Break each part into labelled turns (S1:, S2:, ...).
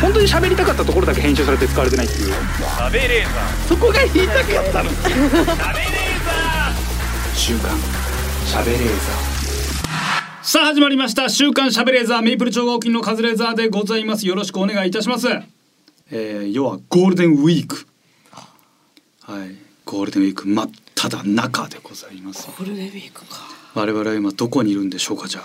S1: 本当に喋りたかったところだけ編集されて使われてないっていう
S2: 喋れーさ
S1: そこが言いたかったの
S2: 喋れーさ
S1: 週刊喋れー
S3: さあ始まりました週刊しゃべレーザーメイプル超合金のカズレーザーでございますよろしくお願いいたしますえー、要はゴールデンウィークはいゴールデンウィーク真っ只中でございます
S4: ゴールデンウィークか
S3: 我々は今どこにいるんでしょうかじゃあ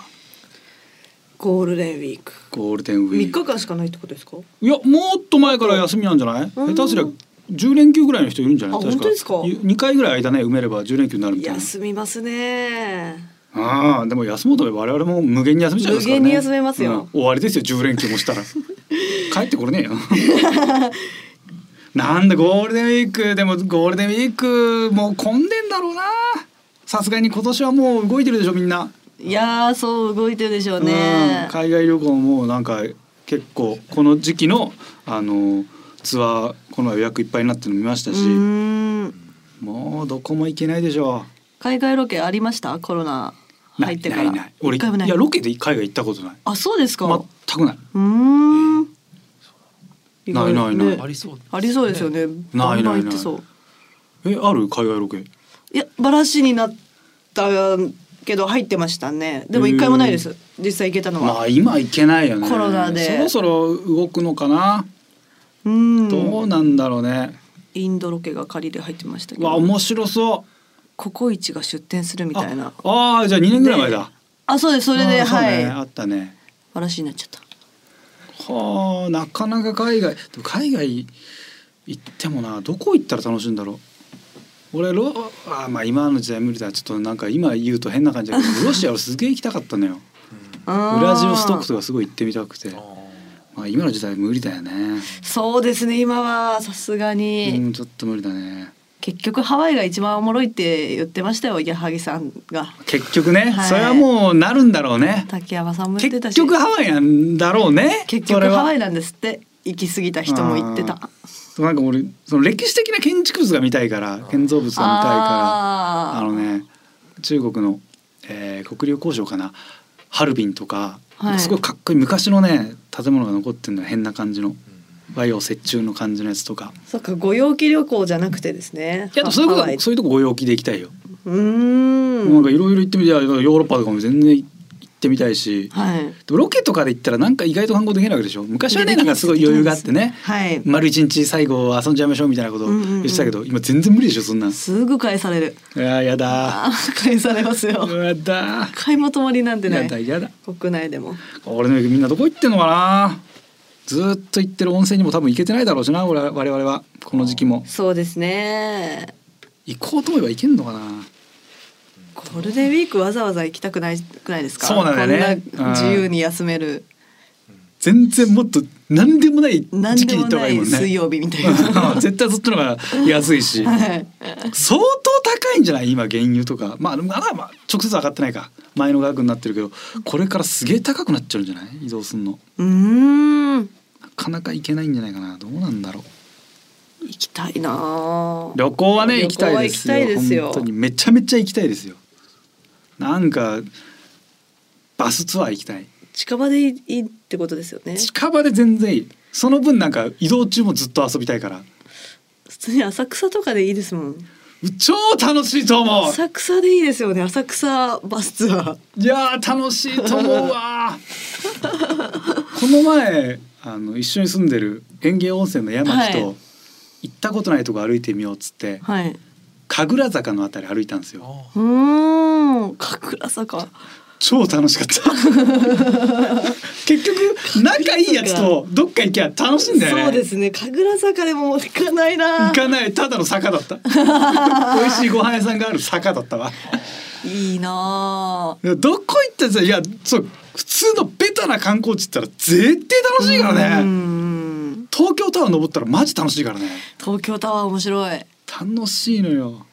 S4: ゴールデンウィーク
S3: ゴールデンウィ
S4: 3
S3: ーク
S4: 日間しかないってことですか
S3: いやもっと前から休みなんじゃない下手すりゃ10連休ぐらいの人いるんじゃない
S4: あ本当ですか
S3: 2回ぐらい間ね埋めれば10連休になるみたいな
S4: 休みますね
S3: ああでも休もうと思えば我々も無限に休めちゃいますからね
S4: 無限に休めますよ
S3: うん終わりですよ10連休もした ら帰ってこれねえよなんだゴールデンウィークでもゴールデンウィークもう混んでんだろうなさすがに今年はもう動いてるでしょみんな、
S4: いやーそう動いてるでしょう
S3: う
S4: ね
S3: ん海外旅行もなんか結構この時期のあのツアーこの前予約いっぱいになってるの見ました
S4: う
S3: し、
S4: ーん
S3: もうどこも行けないでしょ
S4: 海外ロケありましたコロナ
S3: う
S4: 入ってか
S3: ない
S4: ら
S3: ないない俺
S4: 一回もない
S3: いやロケで海外行ったことない
S4: あそうですか、う
S3: 全くない
S4: ーん
S3: えないないない
S2: あ
S4: ね
S2: りそう
S4: ありそうですよね
S3: ないないない
S4: バンバン行ってそう
S3: えある海外ロケ
S4: いやバラシになったけど入ってましたねでも一回もないです実際行けたのは、
S3: まあ今行けないよね
S4: コロナで
S3: そろそろ動くのかな、
S4: うん
S3: どうなんだろうね
S4: インドロケが仮で入ってましたけ
S3: うわ
S4: ど
S3: 面白そう
S4: ココイチが出店するみたいな
S3: ああーじゃあ2年ぐらい前だ
S4: あそうですそれで
S3: あーそう
S4: はい
S3: ねあったね
S4: バラシになっちゃった
S3: はあなかなか海外でも海外行ってもなどこ行ったら楽しいんだろう俺ロあーまあ今の時代無理だちょっとなんか今言うと変な感じだけ どロシアをすげえ行きたかったのよウラジオストクと
S4: か
S3: かすごい行ってみたくてまあ今の時代無理だよね
S4: そうですね今はさすが
S3: う
S4: に、
S3: んちょっと無理だね
S4: 結局ハワイが一番おもろいって言ってましたよ矢作さんが
S3: 結局ね、
S4: はい
S3: それはもうなるんだろうね
S4: 竹山さんも言って
S3: 結
S4: たし
S3: 局ハワイなんだろうね
S4: 結
S3: それ
S4: 局
S3: は
S4: ハワイなんですって行き過ぎた人も言ってた
S3: あなんか俺その歴史的な建築物が見たいから建造物が見たいから
S4: あー
S3: あのね中国の、えー国領交渉かなハルビンとか、
S4: はい
S3: すごいかっこいい昔のね建物が残ってるのよ変な感じの和洋折衷の感じのやつとか
S4: そっかご陽気旅行じゃなくてですね
S3: いやでもそういうこ
S4: ハワイ
S3: とそういうとこご陽気で行きたいよ、
S4: うーん
S3: なんかいろいろ行ってみていやヨーロッパとかも全然行ってみたいし、
S4: はい
S3: でもロケとかで行ったらなんか意外と観光できないわけでしょ昔はねな
S4: でき
S3: ん
S4: ない
S3: かすごい余裕があってね
S4: はい
S3: 丸一日最後遊んじゃいましょうみたいなことを
S4: うんうんう
S3: 言
S4: ん
S3: ってたけど、今全然無理でしょそんなん
S4: すぐ返される
S3: いややだ
S4: あ返されますよ
S3: やだ
S4: 買いまとまりなんてな
S3: やだ
S4: い
S3: やだ
S4: 国内でも
S3: 俺のみんなどこ行ってんのかなずーっと行ってる温泉にも多分行けてないだろうしな俺は我々はこの時期も
S4: そうですね
S3: 行こうと思えば行けんのかな
S4: ゴールデンウィークわざわざ行きたくないくないですか
S3: そうなんだよね
S4: こんな自由に休める
S3: 全然もっと何でもない
S4: 何
S3: 時
S4: で
S3: 期に行
S4: も
S3: った方
S4: な
S3: がいい
S4: い
S3: もんね
S4: 水曜日みたい な
S3: 絶対そっちの方が安いし
S4: はい
S3: 相当高いんじゃない今原油とかまあまだまあ直接上がってないか前の額になってるけどこれからすげえ高くなっちゃうんじゃない移動すんの
S4: うーん
S3: なかなか行けないんじゃないかなどうなんだろう
S4: 行きたいなあ
S3: 旅行はね行きたいですよ
S4: 旅行は行きたいですよ
S3: 本当にめちゃめちゃ行きたいですよなんかバスツアー行きたい
S4: 近場でいいいいってことですよね
S3: 近場で全然いいその分なんか移動中もずっと遊びたいから
S4: 普通に浅草とかでいいですもん
S3: 超楽しいと思う
S4: 浅草でいいですよね浅草バスツアー
S3: いやー楽しいと思うわこの前あの一緒に住んでる園芸温泉の山木と、
S4: はい
S3: 行ったことないとこ歩いてみようっつって
S4: はい。う
S3: 神楽坂のあたり歩いたんですよ
S2: あ
S4: ーん、神楽坂。
S3: 超楽しかった 結局仲いいやつとどっか行きゃ楽しいんだよね
S4: そうですね、神楽坂でも行かないな
S3: 行。かないただの坂だった 美味しいご飯屋さんがある坂だったわ
S4: いいな
S3: い
S4: あ。
S3: やどこ行ったらさいやそう普通のベタな観光地行ったら絶対楽しいから
S4: う
S3: ね
S4: ん。
S3: 東京タワー登ったらマジ楽しいからね
S4: 東京タワー面白い。
S3: 楽しいのよ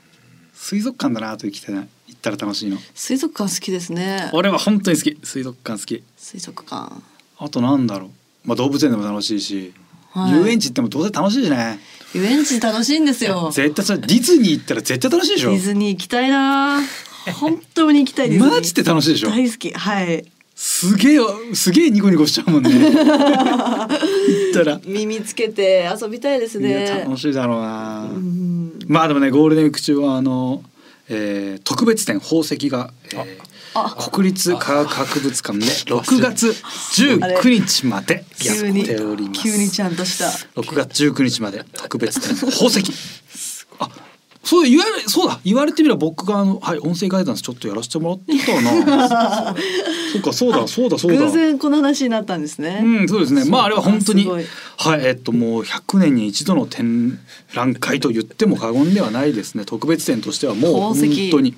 S3: 水族館だなと行きたいな行ったら楽しいの
S4: 水族館好きですね。
S3: 俺は本当に好き水族館好き
S4: 水族館。
S3: あとなんだろうまあ動物園でも楽しいし、
S4: はい
S3: 遊園地行っても当然楽しいしね
S4: 遊園地楽しいんですよ。デ
S3: 絶対それディズニー行ったら絶対楽しいでしょ
S4: ィズニー行きたいなあ。本当に行きたいです。
S3: マジで楽しいでしょ
S4: 大好き。はい。
S3: すげえすげえニコニコしちゃうもんね行った ら、
S4: 耳つけて遊びたいです
S3: いや
S4: ね
S3: 楽しいだろうな、
S4: うん
S3: まあでもねゴールデンウィーク中はあの、えー特別展宝石が、えー国立科学博物館ね6月19日までや
S4: 急に
S3: っております
S4: 急にちゃんとした
S3: 6月19日まで特別展宝 石あそう言われそうだ言われてみれば僕があのはい音声ガイダンスちょっとやらせてもらってた なそうかそうだそうだそうだ
S4: 偶然この話になったんですね、
S3: うん、そうですね。まああれは本当に
S4: すご
S3: はいい、えっともう100年に一度の展覧会と言っても過言ではないですね。特別展としてはもう本
S4: 宝石
S3: 当に、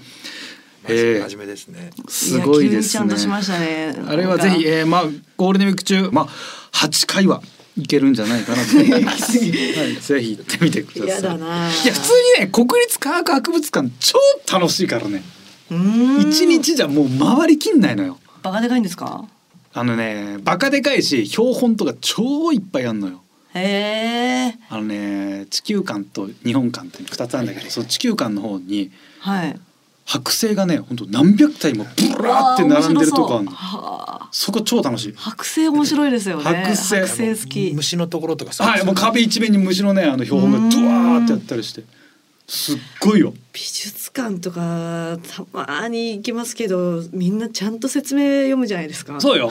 S3: え
S5: 真面目ですね。
S3: ーすごいで
S4: や急にちゃ
S3: す
S4: ん
S3: ね
S4: と。しましたね
S3: あれはぜひ、えーまあゴールデンウィーク中、まあ8回はいけるんじゃないかな と思います。はい、ぜひ行ってみてください。
S4: 嫌だない
S3: や普通にね国立科学博物館超楽しいからね。
S4: 一
S3: 一日じゃもう回りきんないのよ。
S4: バカでかいんですか
S3: あのねバカでかいし標本とか超いっぱいあんのよ。
S4: へえ
S3: あのね地球館と日本館って2つあるんだけどその地球館の方に
S4: はい
S3: 剥製がね本当何百体もブラーって並んでるとこあるの
S4: わあ面白そうはあ
S3: そこ超楽しい
S4: 剥製面白いですよね
S3: 剥製
S4: 剥製好き
S5: 虫のところとか
S3: はいもう壁一面に虫のねあの標本がドワーってやったりしてすっごいよ
S4: 美術館とかたまーに行きますけどみんなちゃんと説明読むじゃないですか
S3: そうよ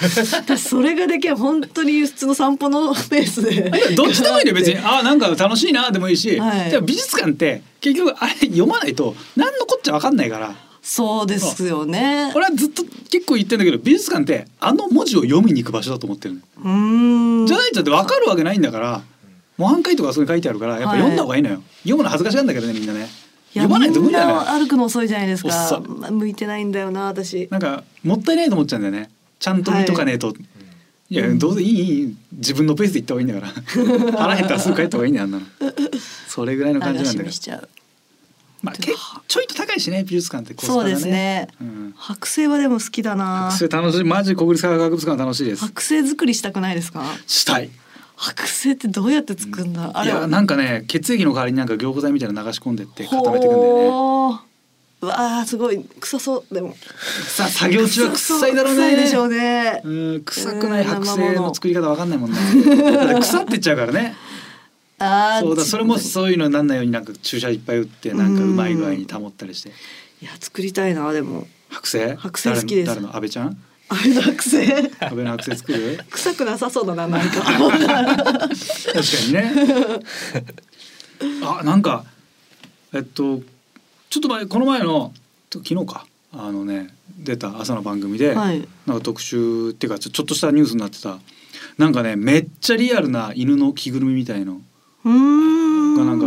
S4: 私それができる本当に普通の散歩のペースで
S3: どっちで もいいんだよ別にあなんか楽しいなでもいいし、
S4: はい
S3: でも美術館って結局あれ読まないと何のこっちゃ分かんないから
S4: そうですよね
S3: 俺はずっと結構言ってんだけど美術館ってあの文字を読みに行く場所だと思ってるのよ
S4: うーん
S3: じゃないとだって分かるわけないんだから模範解とかあそこに書いてあるからやっぱ読んだ方がいいのよ、読むの恥ずかしがんだけどねみんなね
S4: いや
S3: 読まないと無理だ
S4: みんな
S3: よ
S4: 歩くの遅いじゃないです
S3: 遅
S4: か
S3: い
S4: 向いてないんだよな私
S3: なんかもったいないと思っちゃうんだよねちゃんと見とかねえと、い、やどうせいいいい自分のペースで行った方がいいん だから腹減ったらすぐ帰った方がいいんだよあんなのそれぐらいの感じ
S4: 流
S3: なん
S4: し
S3: だけ
S4: 見
S3: ど
S4: し、ちゃう
S3: まあ、けちょいと高いしね美術館ってコスパ
S4: そ
S3: が
S4: う
S3: ね
S4: ですね
S3: うん、
S4: 剥製はでも好きだな
S3: それ楽しいマジ国立科学博物館楽しいです
S4: 剥製作りしたくないですか
S3: したい
S4: 剥製ってどうやって作るんだあ
S3: い
S4: れ
S3: やなんかね血液の代わりになんか凝固剤みたいなの流し込んでって固めてくんだよね
S4: ほーうわあすごい臭そうでも
S3: さあ作業中は臭いだろうね
S4: 臭いでしょうね
S3: うん臭くない
S4: うん
S3: 剥
S4: 生
S3: 製
S4: も
S3: の
S4: の
S3: 作り方わかんないもん ねだって腐ってっちゃうからね
S4: あー
S3: そうだ
S4: ち
S3: それもそういうのになんないようになんか注射いっぱい打ってなんかうまい具合に保ったりして
S4: いや作りたいなでも
S3: 剥製
S4: 剥製好きです
S3: 誰の誰の安倍ちゃ ん
S4: あれの剥製
S3: 安倍の剥製作る
S4: 臭くなさそうだななんか
S3: 確かにね あなんかえっとちょっと前この前の昨日かあのね出た朝の番組で、
S4: はい
S3: なんか特集っていうかちょちょっとしたニュースになってたなんかねめっちゃリアルな犬の着ぐるみみたいの
S4: うーん
S3: がなん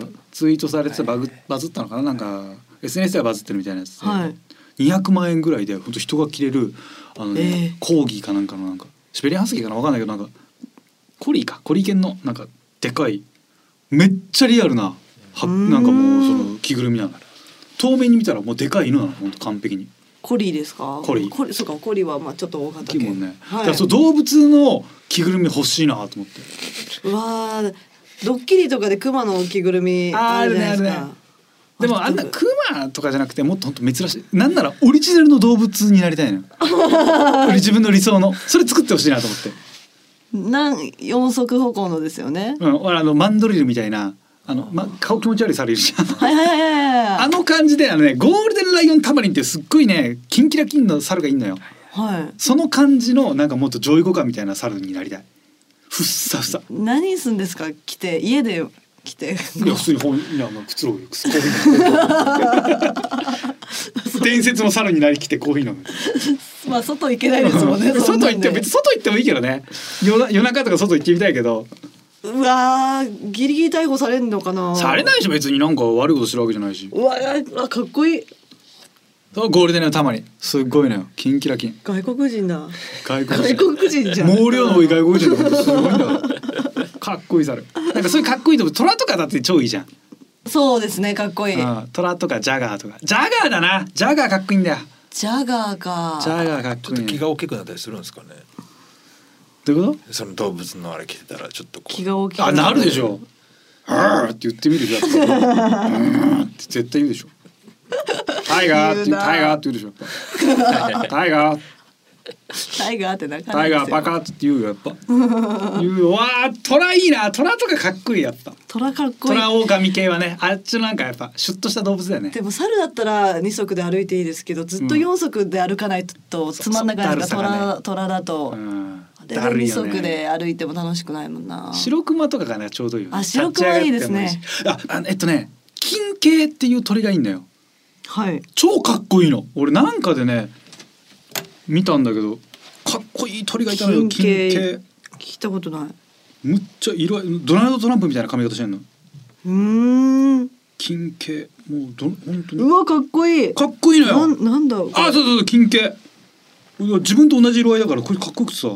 S3: かツイートされてたバグバズったのかななんか SNS ではバズってるみたいなやつで、
S4: はい
S3: 200万円ぐらいで本当人が着れるあの、
S4: え
S3: ね
S4: え
S3: コーギーかなんかのなんかシベリアンハスキーかなわかんないけどなんかコリーかコリー犬のなんかでかいめっちゃリアルなは
S4: うん
S3: なんかもうその着ぐるみなの遠目に見たらもうでかい犬なの本当完璧に。
S4: コリーですか
S3: コリー
S4: コリそうかコリーはまあちょっと大
S3: 大
S4: 型
S3: きい
S4: 犬
S3: もんね、
S4: は
S3: だ
S4: い、
S3: からそう動物の着ぐるみ欲しいなと思って
S4: うわードッキリとかでクマの着ぐるみあるじゃない
S3: あ
S4: です
S3: るねある
S4: か
S3: ねでもあんな
S4: ちょっと
S3: クマとかじゃなくてもっとほんと珍しいなんならオリジナルの動物になりたいのよ俺自分の理想のそれ作ってほしいなと思って、
S4: なん四足歩行のですよね。
S3: うん、俺あのマンドリルみたいなあの、ま、顔気持ち悪いされるじゃん
S4: はいはいはいはい
S3: あ
S4: はい。
S3: の感じであのねゴールデンライオンタマリンっていうすっごいねキンキラキンの猿がいんのよ
S4: はい。
S3: その感じのなんかもっと上位互換みたいな猿になりたいふっさふさ
S4: 何すんですか来て家で来て。
S3: いや普通に本いやまあくつろぐよくつコーヒー飲む伝説の猿になりきってコーヒー飲む
S4: まあ外行けないですもんね。そんな
S3: 外
S4: ん
S3: 行っ
S4: で
S3: て別に外行ってもいいけどね夜な夜中とか外行ってみたいけど
S4: うわーギリギリ逮捕されんのかな。
S3: されないし別になんか悪いことしてるわけじゃないし
S4: うわーあかっこいい
S3: そうゴールデンのたまにすっごいのよキンキラキン
S4: 外国人だ。
S3: 外国
S4: 外
S3: 人
S4: 国人じゃん。
S3: 毛量の多い外国人ってすごいんだ からかっこいい猿なんかそういうかっこいいとこ虎とかだって超いいじゃん、
S4: そうですねかっこい
S3: う
S4: い。
S3: ん、虎とかジャガーとかジャガーだなジャガーかっこいいんだよ
S4: ジャガーか。
S3: ジャガーかっ
S5: ちょ
S3: こ
S5: っ
S3: い
S5: と
S3: い
S5: 気
S3: ね
S5: が大きくなったりするんですかね。
S3: どういうこ
S5: その動物のあれ着てたらちょっとこう
S4: 気が大きい。
S3: とあなるでし。ょあーって言ってみるじゃん うんって絶対言うでしょタイガーって言う
S4: 言うな
S3: タイガーって言うでしょやっぱタイガー
S4: タイガーってなかなか
S3: タイガーパカッって言うよやっぱ言うよわあトラいいなトラとかかっこいいやっぱ
S4: トラかっこ
S3: ト
S4: いい
S3: ラオオカミ系はねあっちのなんかやっぱシュッとした動物だよね
S4: でも猿だったら二足で歩いていいですけどずっと四足で歩かないとつまんなくないですか、
S3: そうそうだるさが
S4: トラトラだと、
S3: うん
S4: あれ
S3: だ
S4: で
S3: るい
S4: 二
S3: よ
S4: 足
S3: ね
S4: で歩いても楽しくないもんな
S3: 白熊とかがねちょうどいいよね
S4: あ白熊いいですね
S3: 立ち上がってもいいしああえっとね金系っていう鳥がいいんだよ
S4: はい
S3: 超かっこいいの俺なんかでね見たんだけどかっこいい鳥がいたのよ
S4: 金
S3: 金
S4: 系
S3: 系
S4: 聞いたことない
S3: むっちゃ色合いドナルド・トランプみたいな髪型してんの
S4: うーん
S3: 金系もうど本当に
S4: うわかっこいい
S3: かっこいいの
S4: な
S3: よ
S4: んなんだこれ
S3: あそうそうそう金系いや自分と同じ色合いだからこれかっこよくてさ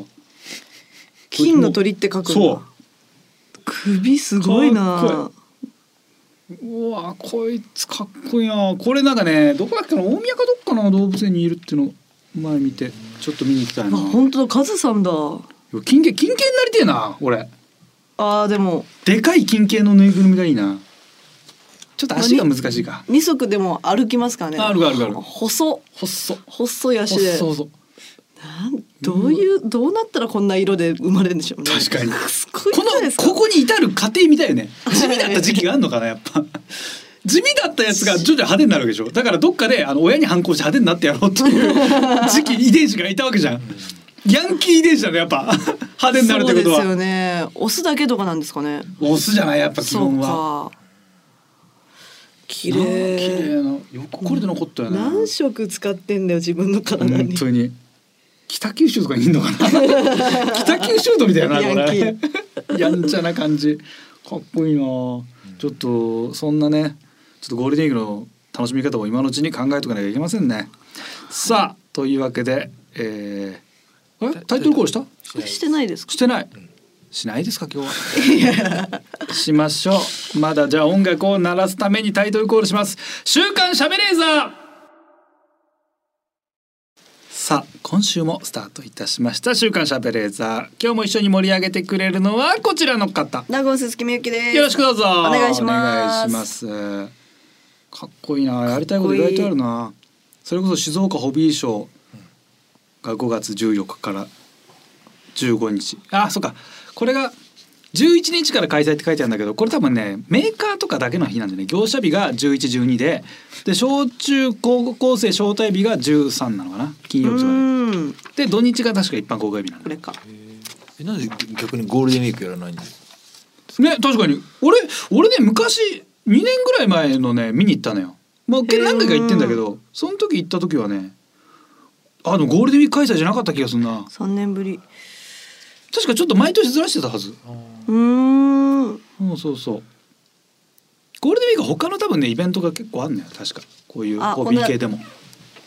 S4: 金の鳥って書くんだ
S3: そう
S4: 首すごい
S3: か
S4: な
S3: っうわこいつかっこいいなこれなんかねどこだっけな大宮かどっかの動物園にいるっていうのを前見てちょっと見に行きたい
S4: あ
S3: な
S4: 本当だカズさんだ
S3: 金系金系になりてえな俺
S4: あーでも
S3: でかい金系のぬいぐるみがいいなちょっと足が難しいか
S4: 二足でも歩きますからね
S3: あるあるある
S4: 細
S3: 細っ
S4: 細い足で
S3: 細そう
S4: なんどういうどうなったらこんな色で生まれるんでしょうね
S3: 確かに
S4: すごいじ
S3: こ
S4: ゃないで
S3: の
S4: すか
S3: ここに至る過程みたいよ ね地味だった時期があんのかなやっぱ地味だったやつが徐々に派手になるわけでしょだからどっかであの親に反抗して派手になってやろうって いう時期遺伝子がいたわけじゃんヤンキー遺伝子だねやっぱ 派手になるってこと
S4: そうですよ
S3: は
S4: ねオスだけとかなんですかね
S3: オスじゃないやっぱ基
S4: そう
S3: 本は
S4: か綺
S3: な綺
S4: 麗
S3: 麗なよくこれで残ったよね
S4: 何色使ってんだよ自分の体
S3: 本
S4: に
S3: 当に北九州とかにいんのか な北九州とみたいなこれ
S4: ヤ
S3: や
S4: ン
S3: んちゃな感じかっこいいなちょっとそんなねちょっとゴールデンウィークの楽しみ方を今のうちに考えとかなきゃいけませんねさあというわけでえー、えタイトルコールした
S4: してないですか
S3: してないしないですか今日は しましょうまだじゃあ音楽を鳴らすためにタイトルコールします週刊しゃべレーザーさあ今週もスタートいたしました週刊しゃべレーザー今日も一緒に盛り上げてくれるのはこちらの方
S4: 名古屋鈴木みゆきです
S3: よろしくどうぞお
S4: 願いします
S3: お願いしますかっこいいなやりたいこと意外とあるなそれこそ静岡ホビーショーが5月14日から15日あそうかこれが11日から開催って書いてあるんだけどこれ多分ねメーカーとかだけの日なんでね業者日が1112でで小中高校生招待日が13なのかな金曜日とかで
S4: うん
S3: で土日が確か一般公開日なんだ
S4: これか
S5: えなんで逆にゴールデンウィークやらないんですか
S3: ね確かに俺俺ね昔2年ぐらい前のね見に行ったのよ、まあ、け
S4: へー
S3: 何回か行ってんだけどその時行った時はねあのゴールデンウィーク開催じゃなかった気がするな
S4: 三年ぶり
S3: 確かちょっと毎年ずらしてたはず
S4: うーん
S3: うんそうそうゴールデンウィークは他の多分ねイベントが結構あんのよ確かこういう
S4: あ
S3: ホ
S4: こん
S3: ビ
S4: な
S3: ー系でも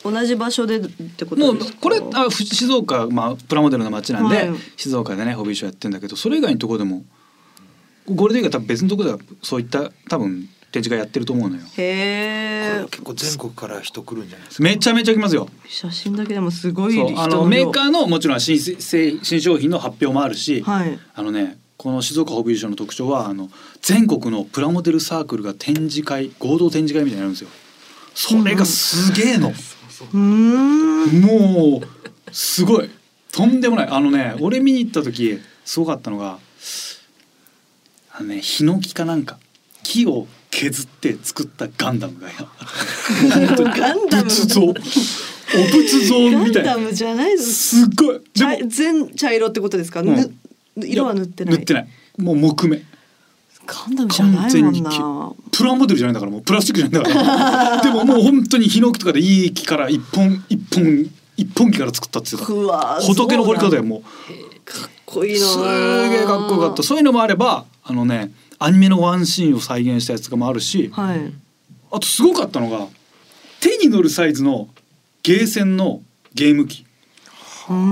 S4: 同じ場所でってこと
S3: もう
S4: ですか
S3: これあふ静岡、まあ、プラモデルの街なんで、
S4: はい
S3: 静岡でねホビーショーやってんだけどそれ以外のとこでもゴールデンウィークは多分別のとこではそういった多分展示会やってると思うのよ
S4: へえ
S5: 結構全国から人来るんじゃないですか
S3: めちゃめちゃ来ますよ。
S4: 写真だけでもすごい
S3: そ
S4: 人
S3: うあ
S4: 量
S3: のメーカーのもちろん新製新商品の発表もあるし、
S4: はい
S3: あのねこの静岡ホビーショーの特徴はあの全国のプラモデルサークルが展示会合同展示会みたいになるんですよ。それがすげえの、
S4: うーん
S3: もうすごいとんでもないあのね俺見に行った時すごかったのがあのねヒノキかなんか木を削って作ったガンダムが
S4: ガンダム
S3: 仏像お仏像
S4: ガ
S3: み
S4: ン
S3: たい
S4: ダ
S3: な。
S4: ムじゃないです
S3: すっごいで
S4: 茶
S3: も
S4: 全茶色ってことですか、
S3: うん
S4: ぬ色は塗ってない
S3: 塗ってないもう木目
S4: ガンダムじゃないもんな
S3: 完プラモデルじゃないんだからもうプラスチックじゃないんだから でももう本当にヒノキとかでいい木から一本一本一本木から作ったっていうか
S4: うわー
S3: 仏の彫り方だよもう
S4: かっこいいな
S3: す
S4: ー
S3: げえかっこよかったそういうのもあればあのねアニメのワンシーンを再現したやつとかもあるし
S4: はい
S3: あとすごかったのが手に乗るサイズのゲーセンのゲーム機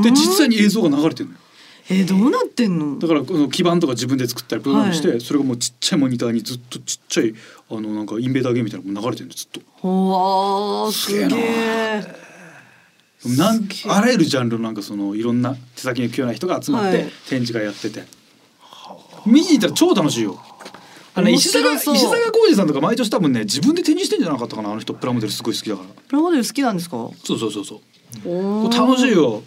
S3: で実際
S4: に
S3: に映像が流れてるのよ
S4: えどうなってんの
S3: だからこの基板とか自分で作ったりプログラムして、
S4: は
S3: それがもうちっちゃいモニターにずっとちっちゃいあのなんかインベーダーゲームみたいなのが流れてるんでずっと
S4: うわーすげ
S3: すげ
S4: え
S3: なんあらゆるジャンルのなんかそのいろんな手先の器用な人が集まって
S4: はい
S3: 展示会やってて、見に行ったら超楽しいよ。あのね
S4: 面
S3: 石坂
S4: 白
S3: 石
S4: そう
S3: 坂浩二さんとか毎年多分ね自分で展示してんじゃなかったかなあの人プラモデルすごい好きだから
S4: プラモデル好きなんですか
S3: そうそうそうそう
S4: お
S3: 楽しいよ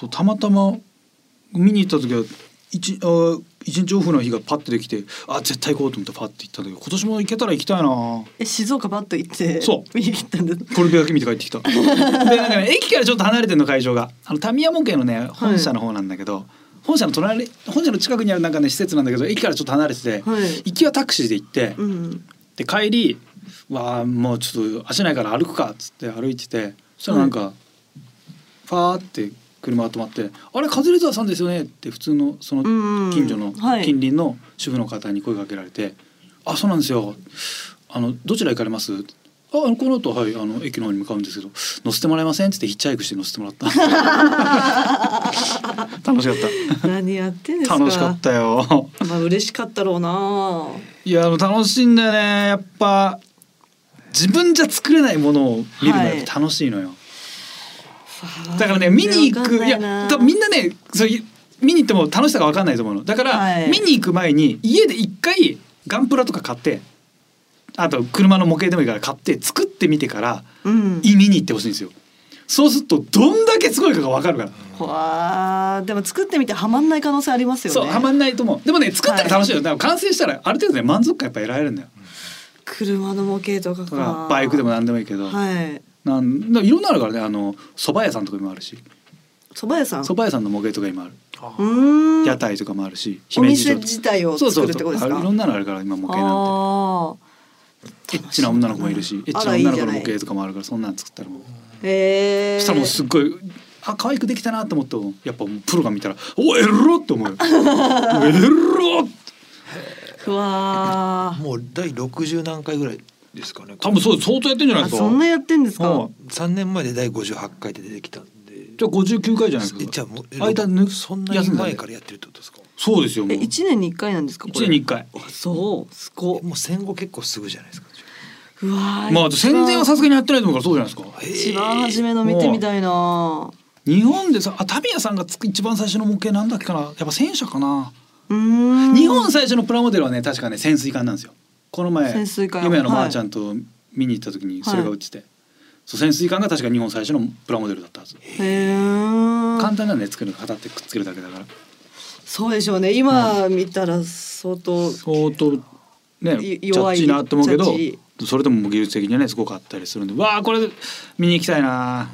S3: そうたまたま見に行った時は一あ一日オフの日がパッてできてあ絶対行こうと思ってパッて行ったんだけど今年も行けたら行きたいなこ
S4: え静岡バッと行って
S3: そう
S4: 見に行ったんだ
S3: れだけ見て帰ってき たでなんか、ね、駅からちょっと離れてんの会場があのタミヤ模型のね本社の方なんだけど、本社の隣本社の近くにあるなんかね施設なんだけど駅からちょっと離れてて、
S4: はい
S3: 行きはタクシーで行って、
S4: うん
S3: で帰りわあもうちょっと足ないから歩くかっつって歩いててそしたらなんか、ファーって車が止まって「あれカズレーザーさんですよね」って普通のその
S4: うんうん
S3: 近所の
S4: はい
S3: 近隣の主婦の方に声かけられて「あそうなんですよあのどちら行かれます?」ああのこの後はいあの駅の方に向かうんですけど乗せてもらえませんっつってヒッチハイクして乗せてもらった 楽しかっ
S4: 何やってんです
S3: た
S4: か
S3: 楽しかったよ
S4: まあ嬉しかったろうない
S3: やでも楽しいんだよねやっぱ自分じゃ作れないものを見るのがやっぱ楽しいのよ、だからね見に行くいや多分みん
S4: な
S3: なねそれ見に行っても楽しさが分かんないと思うのだから、
S4: はい
S3: 見に行く前に家で一回ガンプラとか買ってあと車の模型でもいいから買って作ってみてから
S4: うん
S3: い見に行ってほしいんですよそうするとどんだけすごいかが分かるから、
S4: わあでも作ってみてハマんない可能性ありますよね
S3: そうはまんないと思うでもね作ったら楽しいよ、だから完成したらある程度ね満足感やっぱ得られるんだよ
S4: 車の模型とか
S3: だ
S4: か
S3: からバイクでも何でもいいけど、
S4: はい
S3: なんだいろんなのあるからねあの蕎麦屋さんとかもあるし
S4: 蕎麦屋さん
S3: 蕎麦屋さんの模型とか今ある、
S4: うーん
S3: 屋台とかもあるし
S4: お店
S3: 姫路
S4: 自体を
S3: 城
S4: 作るってことです
S3: そうそうそう
S4: か
S3: あいろんなのあるから今模型なんて
S4: あ
S3: エッチな女の子もいるしエッチな女の子の模型とかもあるからそんなの作ったらもう
S4: ーえー、
S3: そしたらもうすっごいあ可愛くできたなと思ってもやっぱもうプロが見たら「おエロ!」って思うよ「エロ!」って
S4: うわー
S5: もう第60何回ぐらいですかね
S3: 多分そう相当やってんじゃない
S4: あ
S3: ですか
S4: そんなやってんですか、
S3: はい
S5: 3年前で第58回で出てきたんで
S3: じゃあ59回じゃないで
S5: え
S3: す
S5: じゃあ
S3: か
S5: もうえ
S3: 間ぬ
S5: そんなに前からやってるってことですか
S3: そうですよも
S4: え
S3: う
S4: 一年に一回なんですかこ
S3: 一
S4: れ
S3: 年に一回
S4: あそうすご
S5: もう戦後結構すぐじゃないですか
S4: うわー
S3: まあ戦前はさすがにやってないと思うからそうじゃないですか
S4: 一番初めの見てみたいな
S3: 日本でさあタミヤさんがつく一番最初の模型なんだっけかなやっぱ戦車かな、
S4: うーん
S3: 日本最初のプラモデルはね確かね潜水艦なんですよこの前
S4: 潜水艦
S3: 夢のまーちゃんと見に行った時にそれが売ってて、そう潜水艦が確か日本最初のプラモデルだったはず、
S4: へー
S3: 簡単なんで作るの型ってくっつけるだけだから
S4: そうでしょうね今見たら相当
S3: 相当ね
S4: い
S3: ジャ
S4: 弱
S3: ッ
S4: い
S3: ジなと思うけど
S4: ジャッ
S3: それでも技術的にはねすごかったりするんでわあこれ見に行きたいな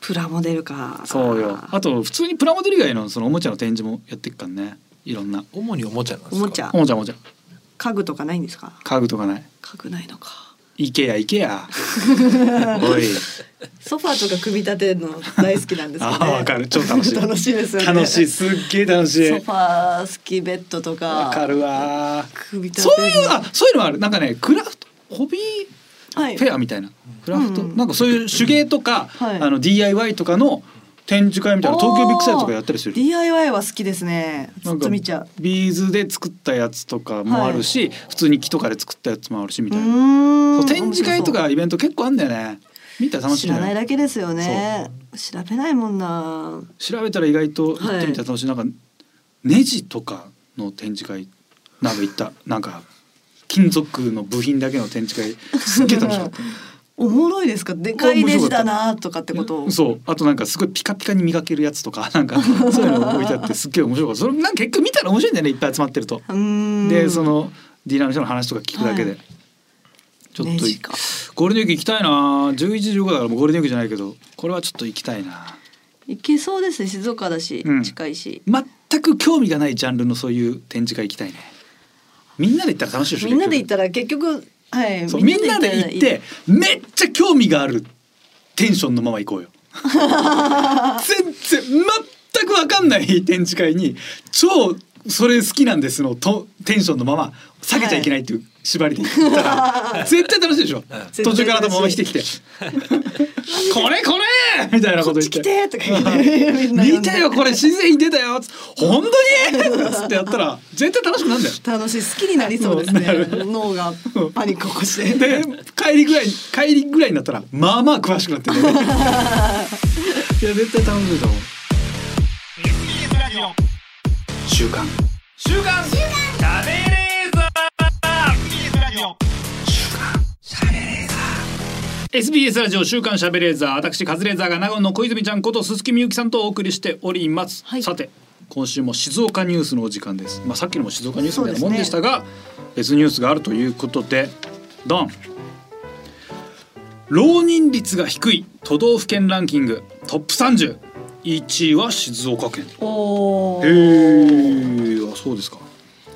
S4: プラモデルか
S3: そうよあと普通にプラモデル以外のそのおもちゃの展示もやってっからねいろんな
S5: 主におもちゃなんです
S4: お
S5: か
S4: もちゃ
S3: おもちゃおもちゃ
S4: 家具とかないんですか
S3: 家具とかない
S4: 家具ないのか
S3: 行けや行けや。おい。
S4: ソファーとか組み立てるの大好きなんですよね
S3: あーわかる超楽しい
S4: 楽しいですよね
S3: 楽しい。すっげえ楽しい
S4: ソフ。ァー好きベッドとか
S3: わかるわ。
S4: 組み立て
S3: そう
S4: る
S3: いうあそういうのもある。なんかねクラフトホビー
S4: はい
S3: フェアみたいなクラフト、
S4: うん
S3: なんかそういう手芸とか、
S4: はい
S3: あの DIY とかの展示会みたいな東京ビッグサイトとかやったりする。
S4: DIY は好きですねず
S3: な
S4: っ
S3: んか
S4: と見ちゃう
S3: ビーズで作ったやつとかもあるし、普通に木とかで作ったやつもあるしみ
S4: う
S3: たいな。
S4: ー
S3: そう
S4: ん
S3: 展示会とかイベント結構あんだよね。見たら楽しい
S4: 知
S3: ん
S4: ら
S3: だ
S4: ない
S3: よ。
S4: だけですよね調べないもんな
S3: 調べたら意外と行ってみたら楽しい、なんかネジとかの展示会なんか行ったなんか金属の部品だけの展示会すっげえ楽しか った
S4: おもろいですかでかいネジだなとかってこと
S3: うんそうあとなんかすごいピカピカに磨けるやつとかなんかそういうの置いてあってすっげえ面白かったそれなんか結局見たら面白いんだよねいっぱい集まってると、
S4: うーん
S3: でそのディーラーの人の話とか聞くだけで、
S4: はい
S3: ちょっと
S4: ネジか
S3: ゴールデンウィーク行きたいな1115だからもうゴールデンウィークじゃないけどこれはちょっと行きたいな
S4: 行けそうですね静岡だし、
S3: うん
S4: 近いし
S3: 全く興味がないジャンルのそういう展示会行きたいねみんなで行ったら楽しいでしょ
S4: みんなで行ったたら結局はい
S3: みんなで行ってめっちゃ興味があるテンションのまま行こう よ全然全く分かんない展示会に超それ好きなんですのとテンションのまま下げちゃいけないっていう縛りで行ったら、 絶対楽しいでしょ
S4: しい
S3: 途中から頭回して きて「これこれ!」みたいなこ
S4: ことっ
S3: 言っ
S4: ち
S3: て
S4: 来てとか言って みんな呼んで
S3: 見たよこれ自然に出たよつ本当につってやったら絶対楽しくなるんだよ
S4: 楽しい好きにな りそうですね脳がパニック起こして
S3: で帰りぐらい帰りぐらいになったらまあまあ詳しくなってるよね いや絶対楽しいと思う
S2: TBS ラジオ
S1: 週刊
S2: 週刊しゃべれーザー TBS ラジオ
S3: SBS ラジオ週刊しゃべれーザー私カズレーザーが長野の小泉ちゃんこと鈴木みゆきさんとお送りしております、
S4: はい
S3: さて今週も静岡ニュースのお時間ですまあさっきのも静岡ニュースみたいなもん
S4: そう
S3: で
S4: で
S3: し
S4: す
S3: た
S4: ね
S3: が、別ニュースがあるということでドン浪人率が低い都道府県ランキングトップ30 1位は静岡県
S4: おお。
S3: へえあそうですか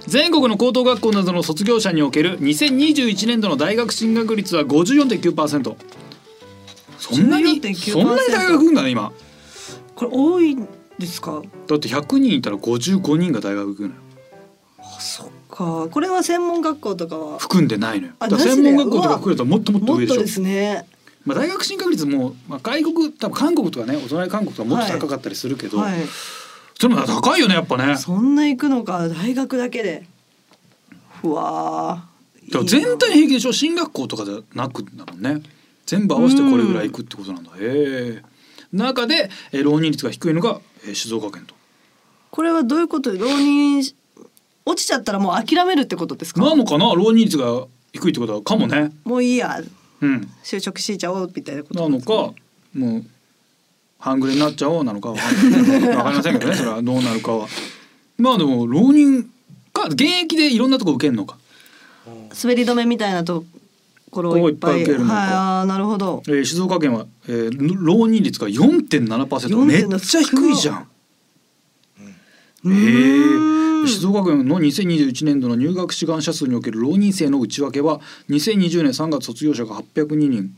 S3: 全国の高等学校などの卒業者における2021年度の大学進学率は54.9%そんなに
S4: 14.9%
S3: そんなに大学行くんだね今
S4: これ多いんですか。
S3: だって100人いたら55人が大学行くのよ
S4: あそっか。これは専門学校とかは。
S3: 含んでないのよ
S4: あ
S3: だから専門学校とか含めたらもっともっと
S4: も
S3: 上
S4: っと
S3: で
S4: で
S3: しょ
S4: すね。
S3: まあ、大学進学率も、まあ、外国多分韓国とかねお隣韓国とかもっと高かったりするけど、
S4: はい。
S3: それも高いよねやっぱねだか
S4: そんな行くのか大学だけで。うわー。
S3: ら全体平均でしょ進学校とかじゃなくんだもんね全部合わせてこれぐらいいくってことなんだへえ中で、えー浪人率が低いのが、えー静岡県と
S4: これはどういうことで浪人し落ちちゃったらもう諦めるってことですか。
S3: なのかな浪人率が低いってことはかもね
S4: もういいや
S3: うん
S4: 就職しちゃおうみたいなこ
S3: な
S4: と
S3: のかもう半グレになっちゃおうなのかわかんないわかりませんけどねそれはどうなるかはまあでも浪人か現役でいろんなとこ受けるのか
S4: 滑り止めみたいなところをいっぱ
S3: こうい
S4: い
S3: っぱい受けるのか
S4: はいあーなるほど
S3: えー静岡県は、えー浪人率が4.7%めっちゃ低いじゃん。えー、静岡県の2021年度の入学志願者数における浪人生の内訳は2020年3月卒業者が802人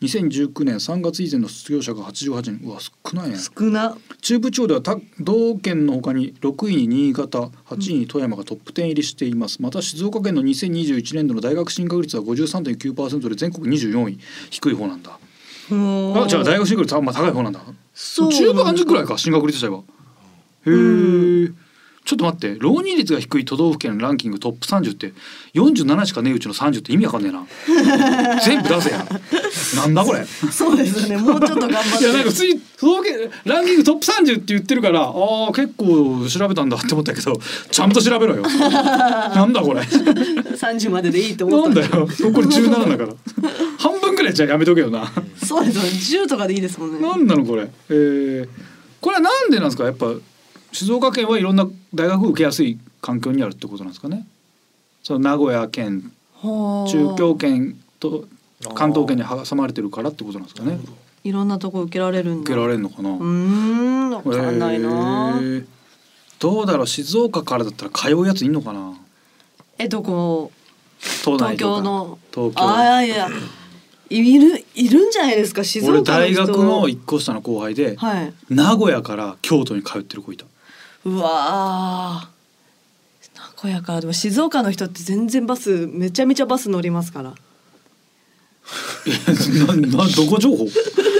S3: 2019年3月以前の卒業者が88人うわ少ないね
S4: 少な
S3: 中部地方では他道県のほかに6位に新潟8位に富山がトップ10入りしていますまた静岡県の2021年度の大学進学率は53.9%で全国24位低い方なんだあ
S4: あ
S3: じゃあ大学進学率はまあ高い方なんだ
S4: そう
S3: 中部半くらいか進学率自体はへえちょっと待って浪人率が低い都道府県ランキングトップ30って47しかねえうちの30って意味わかんねえ な全部出せやなんだこれ
S4: そうですねもうちょっと頑張っ
S3: い
S4: て
S3: やなんか普通に都道府県ランキングトップ30って言ってるからああ結構調べたんだって思ったけどちゃんと調べ ろよなんだこれ
S4: 三十まででいいと思っ
S3: な
S4: た
S3: んだよ残り17だから 半分くらいじゃあやめとけよな
S4: そうですね十とかでいいですもんね
S3: なんなのこれえー、これはなんでなんですかやっぱ静岡県はいろんな大学を受けやすい環境にあるってことなんですかねその名古屋県
S4: はあ
S3: 中京圏と関東圏に挟まれてるからってことなんですかね
S4: いろんなとこ受けられるんだ
S3: 受けられるのかな、
S4: うーんわかんないな
S3: へーどうだろう静岡からだったら通うやついんのかな
S4: えどこ
S3: 東
S4: 東
S3: 大とか
S4: 京の
S3: 東京
S4: ああいやいるいるんじゃないですか静岡
S3: 俺
S4: の人
S3: 大学の一個下の後輩で、
S4: はい
S3: 名古屋から京都に通ってる子いた
S4: うわー名古屋からでも静岡の人って全然バスめちゃめちゃバス乗りますから
S3: ななどこ 情報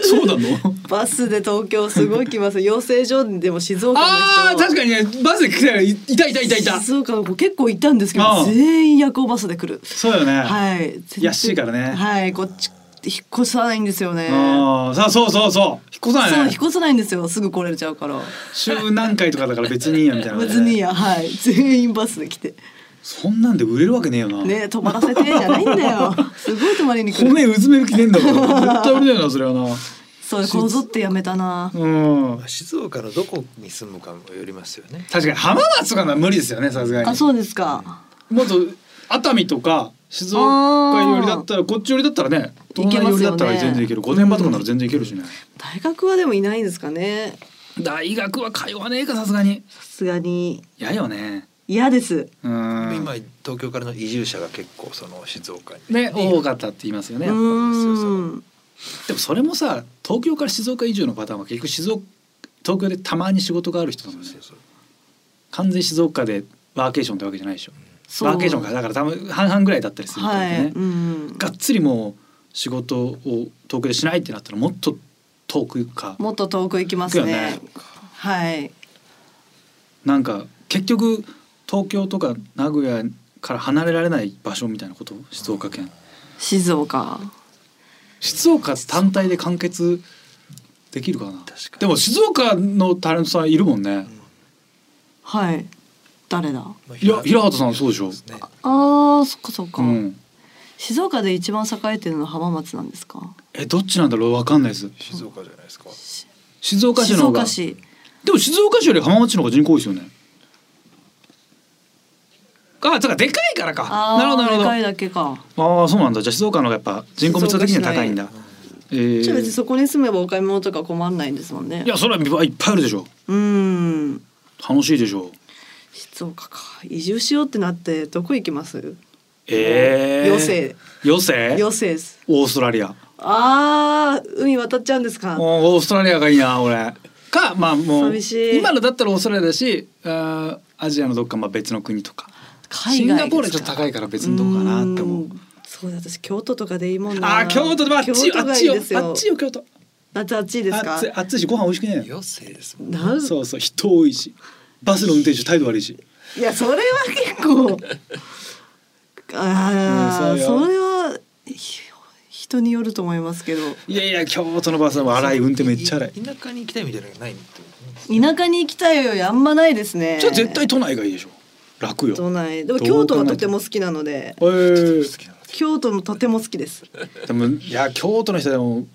S3: そうなの
S4: バスで東京すごい来ます養成所でも静岡の人
S3: あー確かにねバスで来たらいいたいたいたいた
S4: 静岡の子結構いたんですけ
S3: ああ
S4: ど全員夜行バスで来る
S3: そうよね、
S4: はい全然
S3: 安いからね
S4: はいこっち引っ越さないんですよね
S3: あーさあそうそうそう引っ越さ
S4: そ
S3: な
S4: う
S3: い
S4: 引っ
S3: ね
S4: 越さないんですよすぐ来れちゃうから
S3: 週何回とかだから別にいいやみたいな、ね、
S4: 別にいいやはい全員バスで来て
S3: そんなんで売れるわけねえよな
S4: ね泊まらせてじゃないんだよすごい泊まりに来る
S3: 骨うずめる気ねえん だから絶対売れないなそれはな
S4: そうこぞってやめたな
S3: うん
S5: 静岡のどこに住むかもよりますよね。
S3: 確かに浜松とかのは無理ですよねさすがに
S4: あそうですか
S3: もっと熱海とか静岡よりだったらこっち寄りだったらね東南寄りだったら全然いける
S4: いけます
S3: 御殿
S4: よね
S3: 場とかなら全然いけるしね、
S4: 大学はでもいないですかね
S3: 大学は通わねえかさすがに
S4: さすがに
S3: 嫌よね
S4: 嫌です
S3: うん
S5: 今東京からの移住者が結構その静岡に。
S3: ね多かったって言いますよ
S4: う
S3: ねやっぱり
S4: ーん
S3: でもそれもさ東京から静岡移住のパターンは結局静岡東京でたまに仕事がある人だもんね
S5: そうそう
S3: 完全静岡でワーケーションってわけじゃないでしょ
S4: そう
S3: ワーケーションかだから多分半々ぐらいだったりするってこと
S4: は
S3: ね、
S4: い、うん、
S3: がっつりもう仕事を東京でしないってなったらもっと遠くか
S4: もっと遠く行きますね
S3: 行くよね
S4: はい
S3: なんか結局東京とか名古屋から離れられない場所みたいなこと静岡県
S4: 静岡
S3: 静岡単体で完結できるかな
S5: 確かに
S3: でも静岡のタレントさんいるもんね、
S4: はい誰だ
S5: まあ
S3: いや平畑さんそうでしょ
S5: すね
S4: あーそっかそっか、
S3: うん、
S4: 静岡で一番栄えてるのは浜松なんですか
S3: えどっちなんだろうわかんないです
S5: 静岡じゃないですか。
S3: 静岡市
S4: 静
S3: の方が
S4: 岡市
S3: でも静岡市より浜松市の方が人口多いですよねあつかでかいからか
S4: あ
S3: なるほど
S4: あ
S3: なる
S4: で
S3: ほど
S4: かいだけか
S3: ああそうなんだじゃあ静岡の方がやっぱ人口密度的には高いんだえー
S4: じゃあ別にそこに住めばお買い物とか困んないんですもんね
S3: いやそれはいっぱいあるでしょ
S4: うーん
S3: 楽しいでしょ
S4: 静岡か移住しようってなってどこ行きます
S3: ええ
S4: 余生
S3: 余生
S4: 余生です
S3: オーストラリア
S4: あー海渡っちゃうんですか
S3: もうオーストラリアがいいな俺かまあもう
S4: 寂しい
S3: 今のだったらオーストラリアだしあーアジアのどっかまあ別の国とかシ
S4: 海外ですか
S3: ンガポールはちょっと高いから別にどうかなって思
S4: うー
S3: うん
S4: そうだ私京都とかでいいもんな
S3: あー京都でもあっち
S4: 京
S3: よあ
S4: 都
S3: っ
S4: がい
S3: ち
S4: い
S3: よ
S4: です
S3: あ
S4: よ
S3: っちよ京都
S4: 夏暑いです
S3: あ
S4: か
S3: っちあっちいしご飯美味しくねえ
S5: 余生ですもん。
S4: なん
S3: のそうそう人多いしバスの運転手態度悪いし
S4: いやそれは結構 ああ、
S3: うんそうよ
S4: それはひ人によると思いますけど
S3: いやいや京都のバスは荒い運転めっちゃ荒い
S5: い田舎に行きたいみたいなのがないってこと。
S4: 田舎に行きたいよりあんまないですね
S3: じゃあ絶対都内がいいでしょ楽よ
S4: 都内でも
S3: どう考えて
S4: 京都
S3: も
S4: はとても好きなので
S3: えー
S5: 好きなの。
S4: 京都もとても好きです
S3: でもいや京都の人でも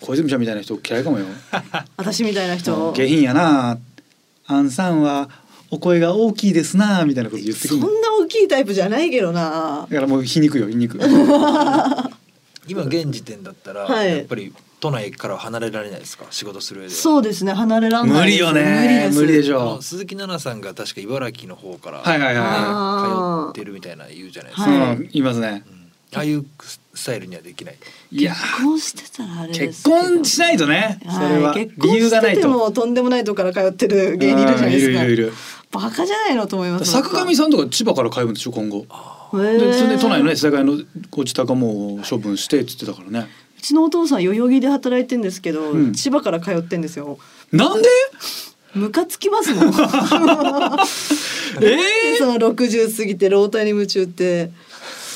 S3: 小泉ちゃんみたいな人嫌いかもよ
S4: 私みたいな人
S3: 下品やなあんさんはお声が大きいですなみたいなこと言ってく
S4: そ
S3: る
S4: んな
S3: だ
S4: 大きいタイプじゃないけどな
S3: からもう皮肉よ皮 肉
S5: 今現時点だったら、
S4: はい
S5: やっぱり都内から離れられないですか仕事する上では
S4: そうですね離れらん
S3: 無
S4: ないで
S3: 理
S4: す
S3: よね無理でし
S5: あ
S3: ょ
S5: の鈴木奈々さんが確か茨城の方から、
S3: はいはいはい
S4: はい
S5: ね通ってるみたいな言うじゃないですか、
S4: は
S3: う
S4: い
S3: んいますね
S5: うんああいうスタイルにはできない
S3: いや
S4: 結婚してたらあれです
S3: 結
S4: けど
S3: 婚しないとねそれはい
S4: 結婚
S3: 理由がない
S4: してて
S3: と
S4: もとんでもないとこから通ってる芸人いるじゃないですか
S3: うんいるいるいる
S4: バカじゃないのと思います
S3: 坂上さんとか千葉から通うんでしょ今後
S4: へ
S3: で
S4: ー
S3: それで都内のね世界のご自宅はもう処分してっつってたからね
S4: うちのお父さん代々木で働いてんですけど、
S3: うん
S4: 千葉から通ってんですよ
S3: なんで
S4: ムカつきますもん
S3: ええ
S4: その60過ぎて老体に夢中って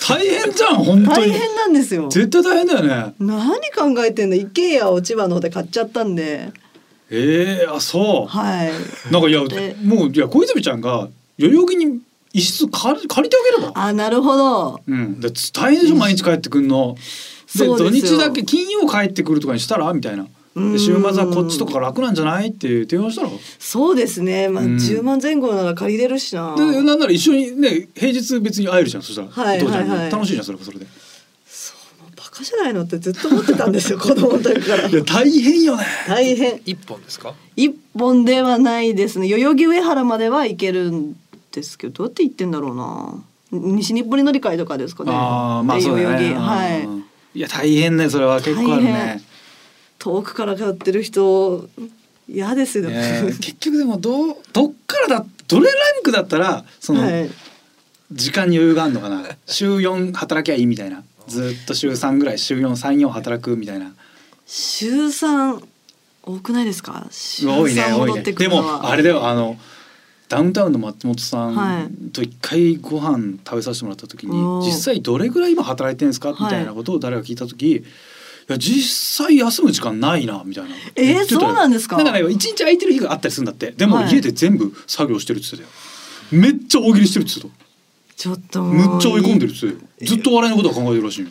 S3: 大変じゃん本当
S4: 大
S3: に
S4: 変なんですよ
S3: 絶対大変だよね
S4: 何考えてんだ IKEA を千葉の方で買っちゃったんで
S3: ええあそう
S4: はい
S3: なんかいや
S4: で
S3: もういや小泉ちゃんが代々木に一室借り借りてあげれば。
S4: あなるほど
S3: うん、だつ大変でしょ毎日帰ってくんの。で
S4: そう
S3: 土
S4: ですよ
S3: 日だけ金曜帰ってくるとかにしたらみたいな。
S4: うー
S3: で
S4: ん
S3: 週末はこっちとかが楽なんじゃないっていう提案したら。
S4: そうですねまあ
S3: うん
S4: 10万前後なら借りれるしな
S3: でなんなら一緒にね平日別に会えるじゃんそしたら、
S4: はい
S3: お父ちゃんに
S4: はいはい
S3: 楽しいじゃんそれもそれで。い
S4: バカじゃないのってずっと思ってた んですよ子供の時から
S3: や大変よね。
S4: 大変
S5: 一本ですか
S4: 一本ではないですね代々木上原までは行けるんですけどどうやって行ってんだろうな西日暮里乗り換えとかですかね
S3: ああまあそうだ
S4: 代々
S3: ね。
S4: 木はい
S3: うんいや大変ねそれは結構ある
S4: 大
S3: ね
S4: 変。遠くから通ってる人嫌ですよ
S3: いや
S4: ね
S3: 結局でもどうどっからだどれランクだったらその。
S4: はい
S3: 時間に余裕があるのかな週4働きゃいいみたいなずっと週3ぐらい週434働くみたいな
S4: 週三多くないですか 週
S3: 多いね
S4: 三
S3: 多い
S4: 戻
S3: ね
S4: ってく
S3: で
S4: るのは
S3: もあれだよあのダウンタウンの松本さ
S4: は
S3: んと一回ご飯食べさせてもらった時に、
S4: おー
S3: 実際どれぐらい今働いてるんですかみ
S4: はい
S3: たいなことを誰か聞いた時、いや実際休む時間ないなみたいな
S4: えー
S3: 言ってたよ
S4: そうなんですか
S3: だから一日空いてる日があったりするんだってでも
S4: はい
S3: 家で全部作業してるっつってたよめっちゃ大喜利してるっつってた
S4: ちょっと
S3: む
S4: もう
S3: っちゃ追い込んでるっつってたよずっと笑いのことは考えてるらしいよ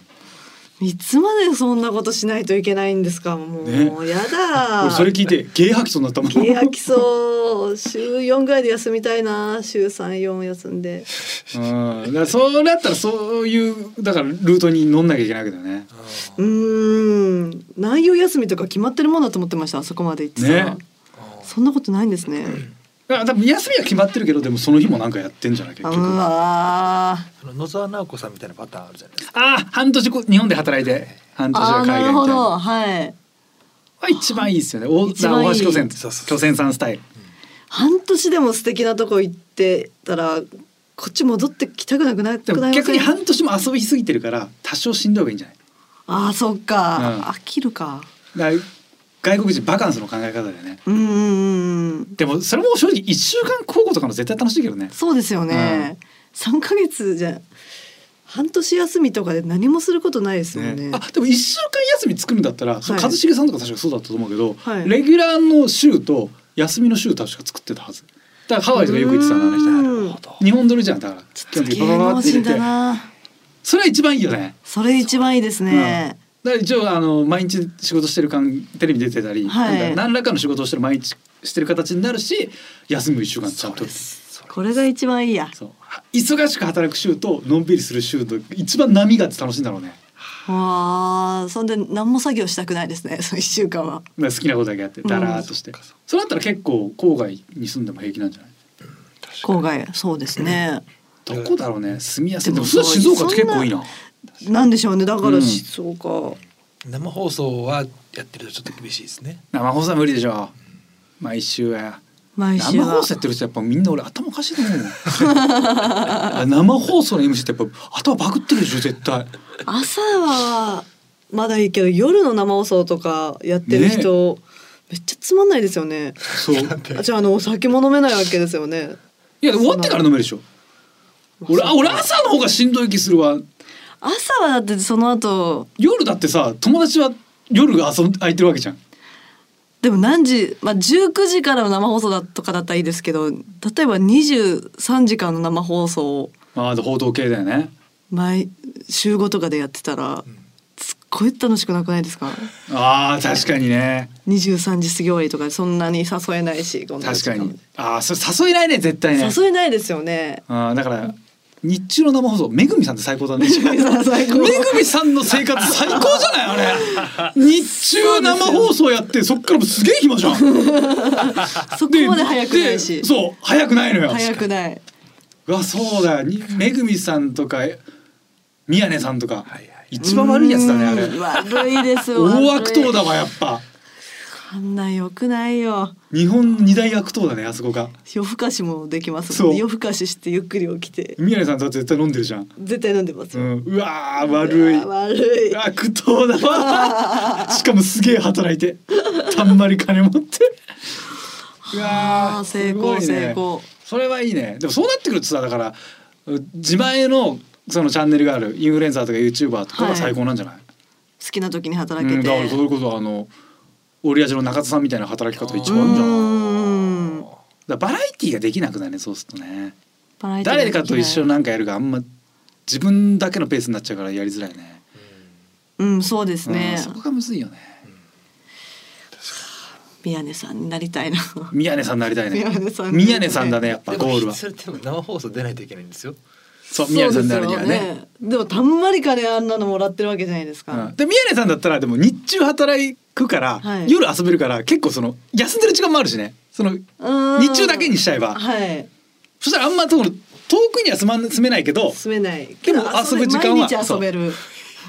S4: いつまでそんなことしないといけないんですかもう、
S3: ね
S4: やだ
S3: 俺それ聞いてゲイ吐きそうになったもん
S4: 契約きそう週四ぐらいで休みたいな週三四休んで
S3: うんだからそうなったらそういうだからルートに乗んなきゃいけないわけだよね
S4: うーん内容休みとか決まってるもんだと思ってましたあそこまで行ってさ、
S3: ね
S4: そんなことないんですね
S3: だから多分休みは決まってるけどでもその日もなんかやってんじゃない結
S4: あう
S3: 局あ
S4: わー
S5: あの野沢直子さんみたいなパターンあるじゃないですか
S3: あー半年こ日本で働いて半年
S4: あ
S3: は
S4: ー
S3: 海
S4: な
S3: 外
S4: る
S3: み
S4: ほ
S3: たいな
S4: どはい
S3: は一番いいですよね大
S4: 一番いい
S3: 大橋巨泉
S5: そうそうそう
S3: 巨泉さんスタイル
S4: 半年でも素敵なとこ行ってたらこっち戻ってきたくなくな
S3: で
S4: くな
S3: も
S4: い
S3: 逆に半年も遊びすぎてるから多少しんどい方がいいんじゃない
S4: ああそっか、
S3: うん
S4: 飽きるか
S3: だから外国人バカンスの考え方だよね
S4: うんうんうんうん
S3: でもそれも正直一週間交互とかの絶対楽しいけどね
S4: そうですよね。三、ヶ月じゃ半年休みとかで何もすることないですもんね。
S3: あでも1週間休み作るんだったら、そう
S4: はい
S3: 一茂さんとか確かそうだったと思うけど、
S4: はい
S3: レギュラーの週と休みの週確か作ってたはずだからハワイとかよく行ってたなあの人
S4: うん
S3: 日本撮りじゃんだから
S4: ちょっと芸能人だな。
S3: それは一番いいよね。
S4: それ一番いいですね。
S3: だから一応あの毎日仕事してる間テレビ出てたり、
S4: はい
S3: なんか何らかの仕事をしてる毎日してる形になるし休む1週間ちゃんと
S4: これが一番いいや。
S3: そう忙しく働く週とのんびりする週と一番波があって楽しいんだろうね
S4: わあ、そんで何も作業したくないですね。そ の一週間は。
S3: まあ好きなことだけやってだらーっとして、
S5: うん
S3: それだったら結構郊外に住んでも平気なんじゃない
S4: 郊外、そうですね。
S3: どこだろうね住みやすいで
S4: でも
S3: もそれは静岡って結構いいな
S4: なんでしょうね。だか
S3: う
S4: ら
S3: ん
S4: 静岡。
S5: 生放送はやってるとちょっと厳しいですね。
S3: 生放送は無理でしょ毎週や
S4: 毎週
S3: 生
S4: は
S3: 放送やってる人やっぱみんな俺頭おかしいと思うもん 生放送の MC ってやっぱ頭バグってるでしょ絶対
S4: 朝はまだいいけど夜の生放送とかやってる人、めっちゃつまんないですよ ね。
S3: そうい
S4: あじゃああのお酒も飲めないわけですよね。
S3: や終わってから飲めるでしょ俺あ俺朝の方がしんどい気するわ
S4: 朝はだってその後
S3: 夜だってさ友達は夜が遊ん空いてるわけじゃん
S4: でも何時まあ19時からの生放送だとかだったらいいですけど例えば23時間の生放送を
S3: まあ報道系だよね
S4: 毎週5とかでやってたら、すっごい楽しくなくないですか
S3: あー確かにね
S4: 23時過ぎ終わりとかでそんなに誘えないしこんな
S3: 確
S4: 時間
S3: かにあーそれ誘えないね絶対ね
S4: 誘えないですよ ね
S3: あーだから日中の生放送めぐみさんって最高だね
S4: めぐみさん最高
S3: めぐみさんの生活最高じゃないあれ日中生放送やってそっからもすげえ暇 じゃん
S4: そこまで早くないし
S3: でそう早くないのよ
S4: 早くない
S3: わそうだにめぐみさんとか宮根さんとか、
S5: はいはい
S3: 一番悪いやつだねあれ
S4: うん悪いで す
S3: 大悪党だ
S4: わ
S3: わやっぱ
S4: あんな良くないよ
S3: 日本二大悪党だねあそこが
S4: 夜更かしもできますもんね
S3: そう
S4: 夜更かししてゆっくり起きて
S3: 宮根さんとは絶対飲んでるじゃん、
S4: 絶対飲んでます
S3: う
S4: よ、
S3: ん、うわー悪
S4: う
S3: い
S4: わ悪い
S3: 悪党だ わしかもすげえ働いてたんまり金持ってうわー
S4: あー成
S3: すご
S4: 功、
S3: いね
S4: 成功
S3: それはいいねでもそうなってくるとさだからう自前のそのチャンネルがあるインフルエンサーとかユーチューバーとか
S4: は
S3: が
S4: い
S3: 最高なんじゃない、
S4: 好きな時に働
S3: う
S4: け
S3: ん、
S4: て
S3: だからそれこそあのオリアジの中田さんみたいな働き方が一番いいんじゃないうだか
S4: ん
S3: らバラエティーができなくないねそうするとね
S4: バラエティが
S3: 誰
S4: できない
S3: かと一緒になんかやるがあんま自分だけのペースになっちゃうからやりづらいね
S4: うんそうです
S3: う
S4: ね
S3: ん、そこがむずいよね
S4: 宮根さんになりたいな
S3: 宮根さんになりたいね
S4: 宮根さん
S3: 宮根さんだねやっぱゴールは
S5: それでも生放送出ないといけないんですよ。
S3: そう宮根さんになるには
S4: そうです
S3: ね
S4: よでもたんまり金あんなのもらってるわけじゃないです
S3: う
S4: か
S3: ん、で宮根さんだったらでも日中働くから、
S4: はい
S3: 夜遊べるから結構その休んでる時間もあるしねその日
S4: うん
S3: 中だけにしちゃえば
S4: はい
S3: そしたらあんまその遠くには住まん住めないけど
S4: 住めない
S3: でも遊ぶ時間は
S4: 毎日遊べる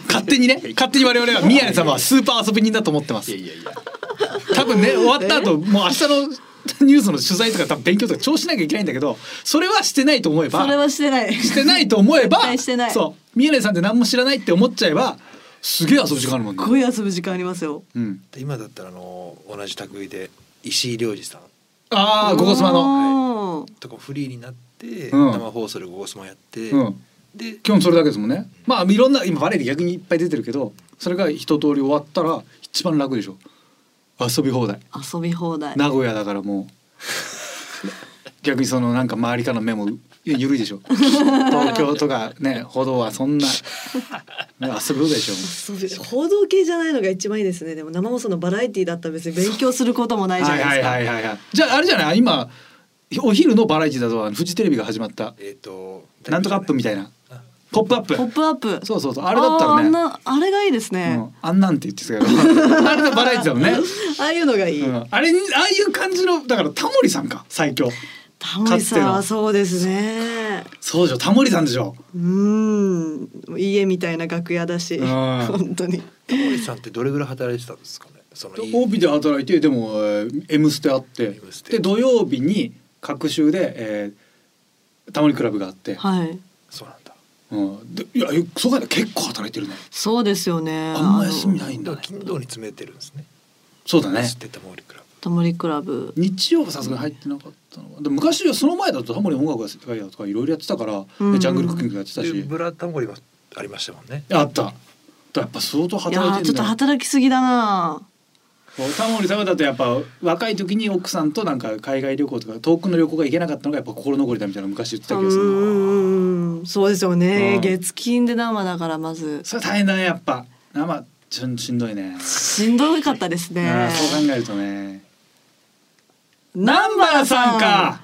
S3: 勝手にね勝手に我々は宮根様はスーパー遊び人だと思ってます
S5: いやいやいや。
S3: 多分ね終わった後もう明日の ニュースの取材とか多分勉強とか調子しなきゃいけないんだけどそれはしてないと思えば
S4: それはしてない
S3: してないと思えば
S4: 絶対 してない
S3: そう宮根さんって何も知らないって思っちゃえばすげえ遊ぶ時間あるもん
S4: すっ
S3: ね。
S4: ごい遊ぶ時間ありますよ
S3: うん、
S5: 今だったらあの同じ類で石井亮次さん
S3: ああ「ゴゴスマ」の。
S4: の
S5: とかフリーになって、
S3: うん
S5: 生放送でゴースマやって、
S3: うん
S5: で
S3: 基本それだけですもんねまあいろんな今バレエで逆にいっぱい出てるけどそれが一通り終わったら一番楽でしょ遊び放題
S4: 遊び放題
S3: 名古屋だから もう逆にそのなんか周りからの目も緩いでしょ 東京とかね歩道はそんなね遊ぶでしょ
S4: そうです報道系じゃないのが一番いいですねでも生放送のバラエティだったら別に勉強することもないじゃ
S3: は
S4: ない
S3: い
S4: ですか、
S3: はいはいはいはいじゃああれじゃない今お昼のバラエティだとあのフジテレビが始まった
S5: えっ、と
S3: なんとかアップみたいなポップアップ
S4: ポップアップ
S3: そうそうそうあれだったら
S4: あーあん
S3: ね
S4: なあれがいいです
S3: う
S4: ね
S3: ん、あんなんって言ってたけど あれのバラエティだもんね
S4: ああいうのがいい、
S3: うんあれにああいう感じのだからタモリさんか最強
S4: タモリさん
S3: か
S4: は
S3: つ
S4: そうですね
S3: そうでしょタモリさんでしょ
S4: うーん家みたいな楽屋だし、
S3: うん
S4: 本当に
S5: タモリさんってどれぐらい働いてたんですかねそのいい
S3: 帯で働いてでもえー「M ステ」あって
S5: M ステ
S3: で土曜日に隔週で、えータモリクラブがあって、
S4: はい
S5: そうなんだ
S3: うん、でいやそうかいな結構働いてるね
S4: そうですよね
S3: あんま休みな
S4: あの
S3: いん
S5: だ
S3: だ
S5: から
S3: ね
S5: 金土に詰めてるんですね
S3: そうだね
S5: 知ってたモーリクラ
S4: タモリクラブ
S3: 日曜はさすがに入ってなかったのはでも昔はその前だとタモリ音楽が世界だとかいろいろやってたから、
S4: うん
S3: ジャングルクッキングやってた
S5: ブで
S3: し
S5: ブラタモリもありましたもんね
S3: あっただからやっぱ相当
S4: い
S3: 働
S4: や
S3: いてる
S4: ーちょっ
S3: ん
S4: と
S3: だよ
S4: 働きすぎだな
S3: タモリさんはだとやっぱ若い時に奥さんとなんか海外旅行とか遠くの旅行が行けなかったのがやっぱ心残りだみたいなの昔言ってた
S4: う
S3: 気がする
S4: んうん、そうですよね、
S3: うん
S4: 月金で生だからまず
S3: それ大変だねやっぱ生ちょっとしんどいね
S4: しんどかったですね
S3: うんそう考えるとね
S4: ナ
S3: 南原さんか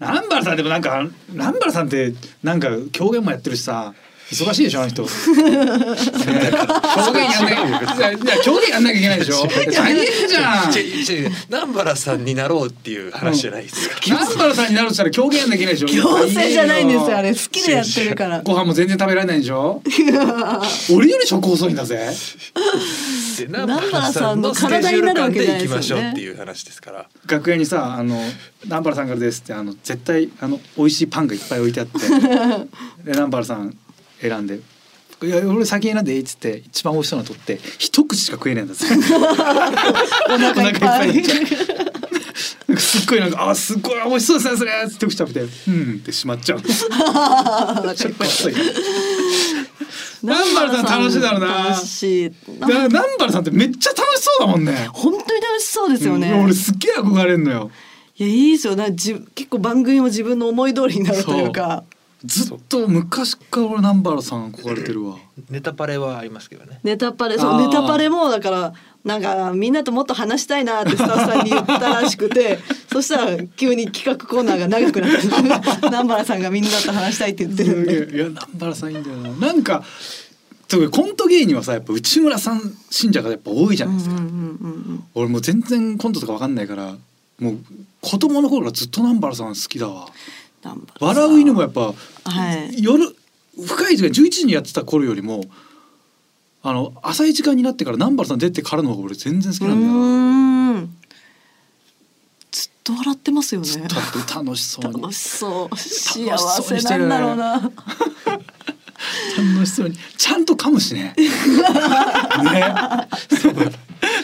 S3: 南原さんでもなんか南原さんってなんか狂言もやってるしさ忙しいでしょあの 人ね狂言やんなきゃいや狂言やんなきゃいけないでしょ大変じゃん
S5: ちょちょ南原さんになろうっていう話じゃないですか。
S3: 南原さんになるとしたら狂言やんなきゃいけないでしょ
S4: 強制じゃないんですよあれ好きでやってる から
S3: ご飯も全然食べられないでしょ俺より食遅いんだぜ
S5: で
S4: 南
S5: 南
S4: 原
S5: 原
S4: さ
S5: さ
S4: ん
S5: ん
S4: の
S5: のスケ
S4: 体
S5: ジ
S4: に
S5: ュー
S4: な
S5: ル
S4: るわ
S5: 感
S4: けじゃないで
S5: でい
S4: すよね
S5: きましょうっていう話ですから。
S3: 楽屋にさ「あの南原さんからです」ってあの絶対あの美味しいパンがいっぱい置いてあって で南原さん選んで「いや俺先選んでいい」っつって一番美味しそうなの取って一口しか食えないん だぜお腹いっぱいになっちゃうなんかすっごいなんか「あすっごい美味しそうですねそれ」っつって一口食べて「うん」ってしまっ ちゃうちょっと遅い南原さん楽しいだろうな
S4: 楽しい
S3: だから南原さんってめっちゃ楽しそうだもんね
S4: 本当に楽しそうですよね、
S3: うん
S4: い
S3: 俺すっげえ憧れるのよ
S4: やいいですよなじ結構番組も自分の思い通りになるというか
S3: ずっと昔から俺南原さん憧れてるわ
S5: ネタパレはありますけどね。
S4: ネタパレそう
S3: あー
S4: ネタパレもだからなんかみんなともっと話したいなってスタッフさんに言ったらし くてそしたら急に企画コーナーが長くなって南原さんがみんなと話したいって言ってるん
S3: すげ
S4: で
S3: えいや南原さんいいんだよななんか特にコント芸人はさやっぱ内村さん信者がやっぱ多いじゃ
S4: う
S3: ない
S4: ん
S3: です
S4: う
S3: か、
S4: んうん
S3: 俺もう全然コントとかわかんないからもう子供の頃からずっと南原さん好きだわ
S4: うん
S3: 「笑う犬」もやっぱ、
S4: はい
S3: 夜深い時間11時にやってた頃よりもあの浅い時間になってから南原さん出てからの方が俺全然好き
S4: う
S3: なんだよな
S4: ーんずっと笑ってますよね
S3: ずっと楽しそうに
S4: 楽しそう幸
S3: 楽しそうに
S4: せ
S3: して
S4: な
S3: る
S4: ん
S3: ね
S4: だろうな
S3: 楽しそうにちゃんと噛むしね ね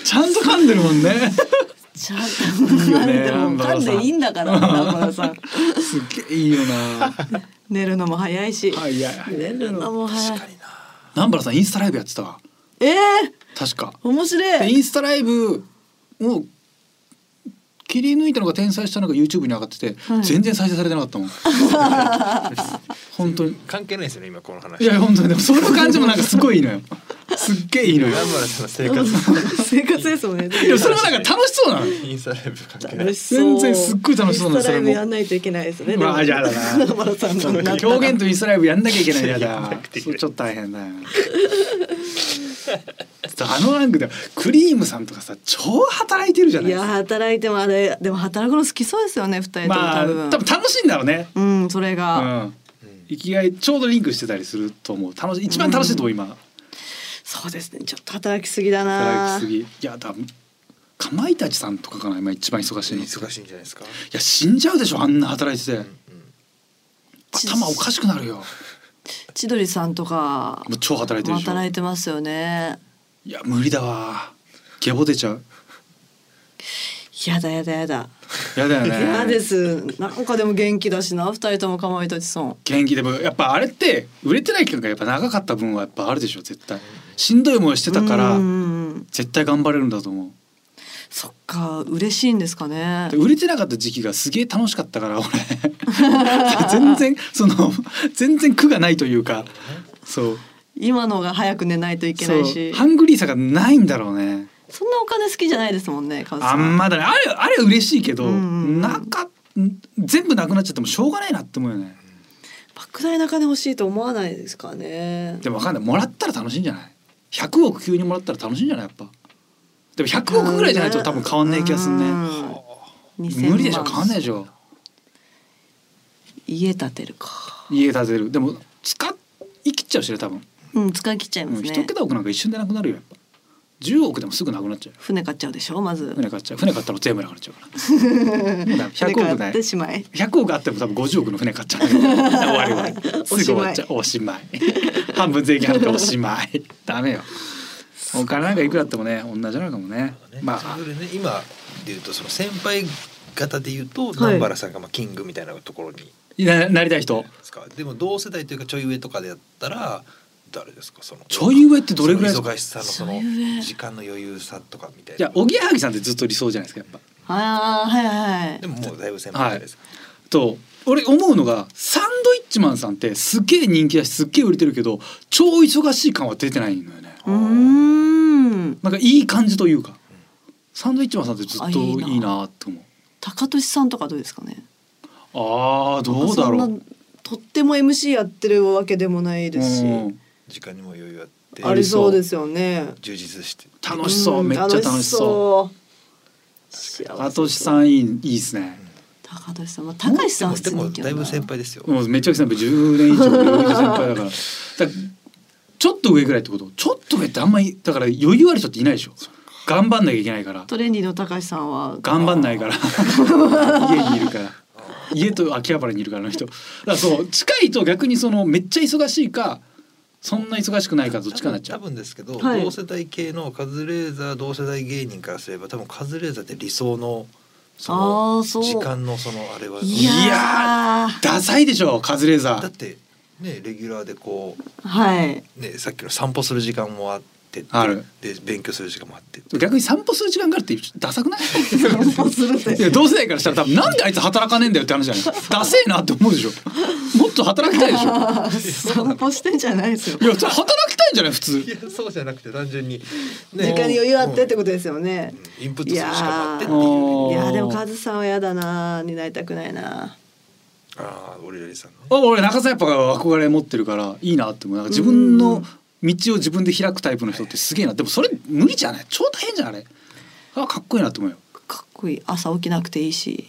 S3: ちゃんと噛んでるもんね
S4: ちゃんと
S3: いよね
S4: でも
S3: 南原さん
S4: 噛んでいいんだから南原さん
S3: すっげえいいよな
S4: 寝るのも早いし
S3: はいいや
S4: 寝るのも早い
S3: 南原さんインスタライブやってたわ
S4: ええ
S3: 確か
S4: 面白
S3: で
S4: い
S3: インスタライブを切り抜いたのが転載したのが YouTube に上がってて、
S4: はい
S3: 全然再生されてなかったもん 本当に
S5: 関係ないですよね今この話。
S3: いや本当にでもその感じもなんかすごいいいのよすっげえいいのよ
S5: 南原さんの生
S4: そう
S5: 活
S4: そう 生活ですもんね。
S3: いやそれもなんか楽しそうなの
S5: インスタライブ関係ない
S4: 楽。しそう
S3: 全然すっごい楽しそうなんで
S4: インス
S3: す
S4: タラ
S3: それ
S4: イブ
S3: も
S4: やんないといけないですね。
S3: まあ
S4: でも
S3: やだ な
S4: 南原さんのなったら
S3: 表現とインスタライブやんなきゃいけないやだ
S5: ていけ
S3: そ
S5: な
S3: れ
S5: い
S3: ちょっと大変だよ あのランクでクリームさんとかさ超働いてるじゃない
S4: い
S3: です
S4: や
S3: か
S4: 働いてもあれでも働くの好きそうですよね二人とも
S3: ま
S4: 多
S3: あ
S4: 分。
S3: 多分楽しいんだろうね
S4: うんそれ
S3: う
S4: が、
S3: ん生きがいちょうどリンクしてたりすると思う楽しい一番楽しいと思う今
S4: そうですねちょっと働きすぎだな。
S3: 働きすぎいやだかまいたちさんとかかな今一番忙しいのい
S5: 忙しいんじゃないですか。
S3: や死んじゃうでしょあんな働いてて
S4: ち
S3: 頭おかしくなるよ
S4: 千鳥さんとか
S3: もう超働いてるでしょ
S4: 働いてますよね。
S3: いや無理だわゲボ出ちゃう
S4: やだやだやだ。
S3: やだよね
S4: 嫌です。なんかでも元気だしな二人ともかまいたちさん。
S3: 元気でもやっぱあれって売れてない期間がやっぱ長かった分はやっぱあるでしょ絶対しんどい思いしてたから
S4: うんうんうん
S3: 絶対頑張れるんだと思う
S4: そっか嬉しいんですかね
S3: で。売れてなかった時期がすげえ楽しかった から俺全然その全然苦がないというかそう
S4: 今のが早く寝ないといけな
S3: そ
S4: いうし
S3: ハングリーさがないんだろうね
S4: そんなお金好きじゃないですもんねカズさ
S3: あ
S4: ん
S3: んまだねあれあれ嬉しいけど、
S4: うんうん
S3: なか全部なくなっちゃってもしょうがないなって思うよね
S4: 莫大な金欲しいと思わないですからね
S3: でもわかんないもらったら楽しいんじゃない100億急にもらったら楽しいんじゃないやっぱでも100億ぐらいじゃないと多分変わんない気がするね、
S4: うん2000万
S3: 無理でしょ変わんないでしょ
S4: 家建てるか
S3: 家建てるでも使っ生きちゃうしね多分、
S4: うん使い切っちゃいます
S3: 一
S4: ね
S3: 桁億なんか一瞬でなくなるよやっぱ10億でもすぐなくなっちゃうよ
S4: 船買っちゃうでしょまず
S3: 船買っちゃう船買ったら全部なくなっちゃうから もうダメ
S4: 船
S3: 100億
S4: 買
S3: な
S4: っ
S3: い
S4: てしまい
S3: 100億あっても多分50億の船買っちゃう終わり終わりすぐ終わっちゃうおしまい半分税金払っておしまい ダメよお金なんかいくらあってもね同じなのかもねまあ
S5: それでね今でいうとその先輩方でいうと
S4: い
S5: 南原さんがまあキングみたいなところに
S3: ななりたい人
S5: ですかでも同世代というかちょい上とかでやったら誰ですかその
S3: ちょい上ってどれぐらいです
S5: その
S3: か
S5: 忙しさのそ
S4: ちょ
S5: の
S4: い上
S5: 時間の余裕さとかみたい
S3: い
S5: な
S3: やおぎやはぎさんってずっと理想じゃないですかやっぱ
S4: ああはいはい
S5: でももうだいぶ先輩じゃないですか、
S3: と俺思うのがサンドイッチマンさんってすっげえ人気だしすっげえ売れてるけど超忙しい感は出てないのよね
S4: うーん。
S3: なんかいい感じというかサンドイッチマンさんってずっ
S4: あ
S3: と
S4: いいない
S3: いなと思う
S4: 高俊さんとかどうですかね。
S3: あーどうだろ
S4: そん
S3: う
S4: なとっても MC やってるわけでもないですし、
S3: うん
S5: 時間にも余裕あって
S4: ありそうですよね。
S5: 充実して
S3: 楽しそう、
S4: ん
S3: めっちゃ楽しそう
S4: 楽しそう。幸せ
S3: 高俊さんいいいいですね
S4: 高俊さん、まあ、高橋
S5: で
S4: さん
S5: も
S4: は普
S5: で
S4: 通に
S5: も
S4: いいけど
S5: だ
S4: ない
S5: ぶ先輩ですよ、
S3: もうめちゃくちゃ先輩10年以上上の先 輩だからだからちょっと上ぐらいってことちょっと上ってあんまりだから余裕ある人っていないでしょ頑張んなきゃいけないから
S4: トレンディの高橋さんは
S3: 頑張んないから 家にいるから家と秋葉原にいるからあの人だからそう近いと逆にそのめっちゃ忙しいかそんな忙しくないかどっちかになっちゃ
S5: 多
S3: う
S5: 分ですけど、
S4: はい
S5: 同世代系のカズレーザー同世代芸人からすれば多分カズレーザーって理想のそ
S4: あ
S5: の
S4: ーそう
S5: 時間のそのあれはい
S4: やー
S3: いやダサいでしょカズレーザ
S5: だ
S3: ー
S5: ってねレギュラーでこ
S4: はい。
S5: うねさっきの散歩する時間もあって
S3: ある
S5: で勉強する時間もあって
S3: 逆に散歩する時間があるってダサくない
S4: 散歩するって
S3: いや同世代からしたら多分なんであいつ働かねえんだよって話じゃないダセえなって思うでしょもっと働きたいでしょいや
S4: 散歩してんじゃないですよ。
S3: 働きたいんじゃない普通
S5: いやそうじゃなくて単純に、ね、
S4: 時間に余裕あってってことですよね。
S5: インプットする時間もあってって
S3: いや
S5: いう
S3: ー
S4: いやでもカズさんはやだなになりたくないな。
S5: ああ俺らりさんの
S3: あ俺中澤やっぱ憧れ持ってるからいいなって思うなんか自分の道を自分で開くタイプの人ってすげえなでもそれ無理じゃない超大変じゃんあれあかっこいいなと思うよ
S4: かっこいい朝起きなくていいし。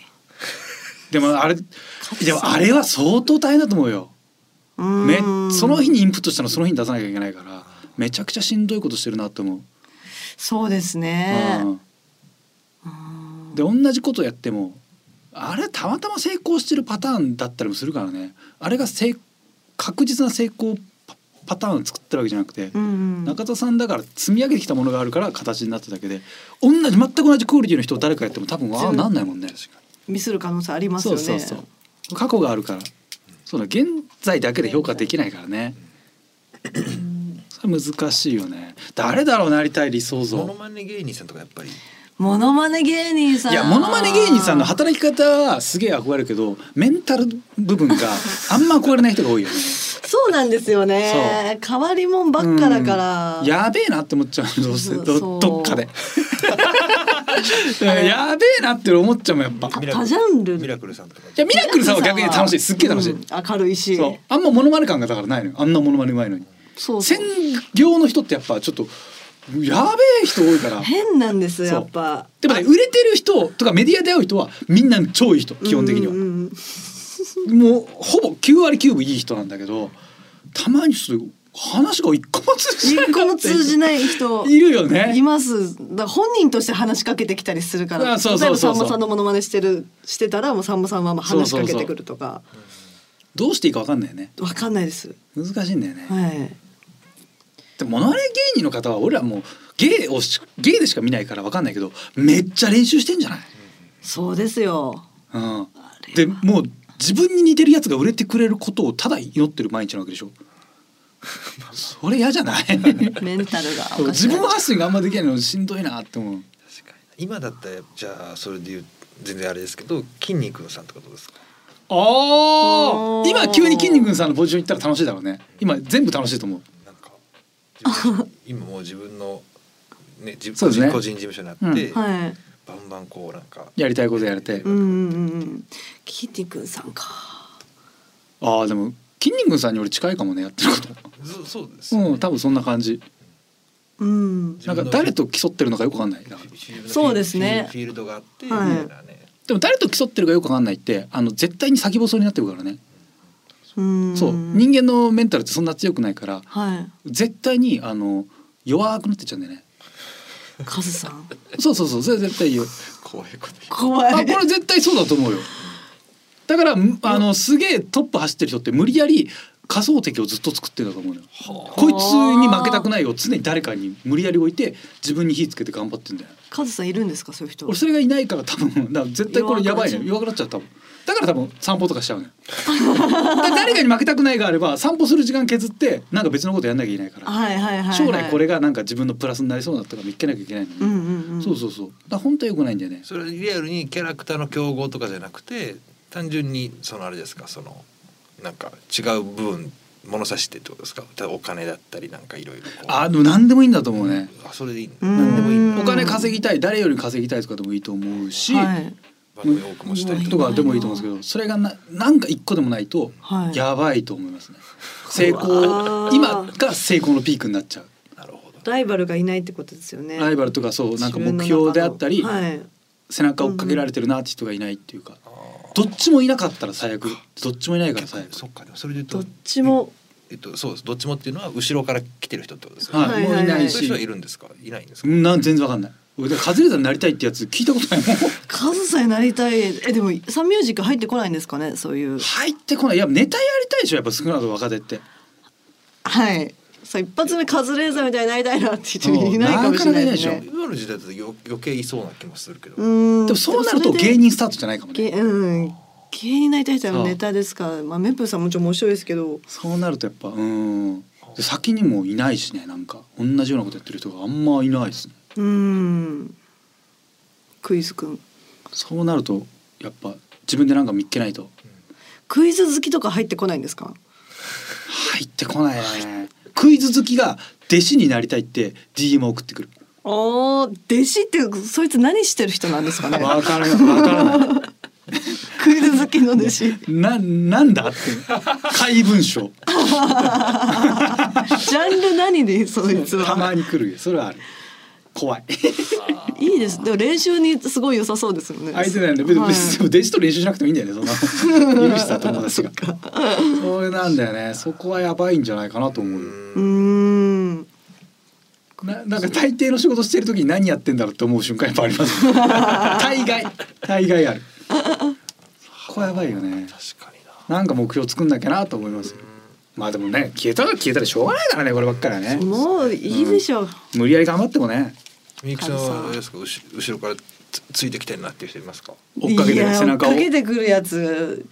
S3: でもあれでもあれは相当大変だと思うよ
S4: うーん
S3: めその日にインプットしたのその日に出さなきゃいけないからめちゃくちゃしんどいことしてるなって思う、
S4: そうですね。
S3: うん、で同じことやってもあれたまたま成功してるパターンだったりもするからねあれがせい確実な成功パパターンを作ってるわけじゃなくて、
S4: うんうん
S3: 中田さんだから積み上げてきたものがあるから形になっただけで同じ全く同じクオリティの人を誰かやっても多分わあ
S4: 全部
S3: なんないもんね
S4: ミスる可能性ありますよ
S3: そう
S4: ね。
S3: そうそう過去があるからそうだ現在だけで評価できないからねそれ難しいよね誰だろうなりたい理想
S5: モノ
S3: 像
S5: マネ芸人さんとかやっぱり
S4: モノマネ芸人さん。
S3: いやモノマネ芸人さんの働き方はすげえ憧れるけどメンタル部 分があんま憧れない人が多いよね
S4: そうなんですよね。変わりもんばっかだから。
S3: うんやべえなって思っちゃうどうせ
S4: そ
S3: ど
S4: う
S3: どっか でやべえなって思っちゃうもんやっぱ
S4: た
S5: ミラクル
S4: 多ジャンル
S5: ミラクルさんとか
S3: いやミラクルさんは逆に楽しいすっげえ楽しい、
S4: うん明るいし。
S3: そうあんまモノマネ感がだからないのよあんなモノマネうまいのに
S4: そうそ
S3: 専
S4: う
S3: 業の人ってやっぱちょっとやべえ人多いから
S4: 変なんです
S3: そう
S4: やっぱ。
S3: でもね売れてる人とかメディアで会う人はみんな超いい人基本的には、
S4: うんうんうん
S3: もうほぼ9割9分いい人なんだけどたまにちょっと話が一個も通じない
S4: 一個も通じ
S3: な
S4: ない人。
S3: いるよね
S4: います。だから本人として話しかけてきたりするから。
S3: あそうそうそうそう
S4: 例えばさんまさんのモノマネしてるしてたらもうさんまさんはまあ話しかけてくるとか。
S3: どうしていいか分かんないよね
S4: わかんないです。
S3: 難しいんだよね、
S4: はい。
S3: でもモノマネ芸人の方は俺らもう芸をし芸でしか見ないから分かんないけどめっちゃ練習してんじゃない
S4: そうですよ。
S3: うん
S4: あ
S3: で
S4: れは
S3: もう自分に似てるやつが売れてくれることをただ祈ってる毎日なわ けでしょそれ嫌じゃない
S4: メンタルがおか
S3: 自
S4: しい。
S3: 分発信があんまできないのしんどいなって思う
S5: 確かに今だったらじゃあそれで言う全然あれですけど筋肉さんとかどうですか
S3: あ
S4: ー
S3: 今急に筋肉さんのポジション行ったら楽しいだろうね今全部楽しいと思う
S5: なんか自分今もう自分のね自
S3: そう
S5: 個
S3: です
S5: 人
S3: ね
S5: 個人事務所になって、
S3: う
S4: はい。
S5: バンバンこうなんか
S3: やりたいことやれて
S4: うんうんうんうん。キティ君さんか。
S3: ああでも筋肉さんに俺近いかもねやってるこ
S5: そそうです
S3: と
S5: よね、
S3: うん多分そんな感じ
S4: うん。
S3: なんか誰と競ってるのかよくわかんないだから
S5: 自分の
S4: そうですね
S5: フィールドがあって、
S4: はい
S5: みたいなね
S3: でも誰と競ってるかよくわかんないってあの絶対に先細りになってるからね
S4: うん。
S3: そう人間のメンタルってそんな強くないから
S4: は
S3: 絶対にあの弱くなってっちゃうんだよね
S4: い。カズさん。
S3: そうそうそうそれ絶対言う
S5: 怖いこと言
S4: 怖
S3: あ
S4: い。
S3: これ絶対そうだと思うよだからむあのすげえトップ走ってる人って無理やり仮想敵をずっと作ってるんだと思うのよこいつに負けたくないを常に誰かに無理やり置いて自分に火つけて頑張ってんだよ
S4: カズさんいるんですかそういう人。
S3: 俺それがいないから多分だから絶対これやばいね弱くなっちゃう多分だから多分散歩とかしちゃうね誰かに負けたくないがあれば散歩する時間削ってなんか別のことやんなきゃいけないから
S4: はいはいはいはい。
S3: 将来これ。がなんか自分のプラスになりそうだとか見つけなきゃいけないの
S4: うん
S3: に、
S4: うんうん。
S3: そうそうそうだから本当は良くないんだよね
S5: それはリアルにキャラクターの競合とかじゃなくて単純にそのあれですかそのなんか違う部分物差してってことですかただお金だったりなんかいろいろこう
S3: あでも何でもいいんだと思うね
S5: あそれでいいんだ
S4: うん
S5: 何でもいいんだ
S3: お金稼ぎたい誰より稼ぎたいとかでもいいと思うし、
S4: はい
S5: 番組多くもしたい
S3: と
S5: とか
S3: かでもいいと思うんですけどそれがななんか一個でもないと
S4: はい
S3: やばいと思いますね、成功
S4: わー
S3: 今が成功のピークになっちゃう
S5: なるほど
S4: ライバルがいないってことですよね。
S3: ライバルとかそうなんか目標であったり、
S4: 自分の中のはい
S3: 背中を追っかけられてるなって人がいないっていうか、
S5: あ
S3: どっちもいなかったら最悪どっちもいないから
S5: 結
S3: 最悪
S5: 構そっかでもそれで言
S4: ど
S5: う
S4: っ
S5: と
S4: ちも
S5: えっとそうですどっちもっていうのは後ろから来てる人ってことですよね、
S3: はい、
S4: はい
S3: もういない
S5: そう
S3: し
S5: いう人はいるんですかいないんですか、
S3: うんなん全然わかんない俺だからカズレーザーになりたいってやつ聞いたことないもん
S4: 数さえなりたいえでもサンミュージック入ってこないんですかねそういう
S3: 入ってこないいやネタやりたいでしょやっぱ少なくとも若手って
S4: はいそう一発目カズレーザーみたいになりたいなって人
S3: うん
S4: いないかもしれないです
S3: なかなかいないで。
S4: ね
S5: 今の時代だとよ余計いそうな気もするけど、
S4: うーん
S3: でもそうなると
S4: でもそれで
S3: 芸人スタートじゃないかもね
S4: 芸うん芸人になりたい人はネタですからまあメップさんもちろん面白いですけど
S3: そうなるとやっぱうんで先にもいないしねなんか同じようなことやってる人があんまいないですね
S4: うんクイズくん
S3: そうなるとやっぱ自分でなんか見っけないと
S4: クイズ好きとか入ってこないんですか
S3: 入ってこないねクイズ好きが弟子になりたいって DM 送ってくる
S4: おー弟子ってそいつ何してる人なんですかね
S3: わからないわからない
S4: クイズ好きの 弟子
S3: ななんだって怪文 書
S4: ジャンル何でそいつ
S3: たま
S4: は
S3: に来るよそれはある怖い
S4: いいですでも練習にすごい良さそうですよね
S3: 相手なんで別に、
S4: はい
S3: でも弟子と練習しなくてもいいんだよねそん な許した友達がそれなんだよねそこはやばいんじゃないかなと思うよ
S4: うーん
S3: ななんか大抵の仕事してる時に何やってんだろうって思う瞬間やっぱあります ね大概大概あるここはやばいよね
S5: 確かにな
S3: なんか目標作んなきゃなと思いますよまあでもね消えたら消えたらしょうがないからねこればっかりはね
S4: もういいでしょう、
S3: 無理やり頑張ってもね
S5: みゆきさんはあれですか後後ろからつついてきてるなっていう人いますか
S3: 追っかけ
S4: い
S3: て
S4: や
S3: 背中を
S4: 追っかけてくるやつ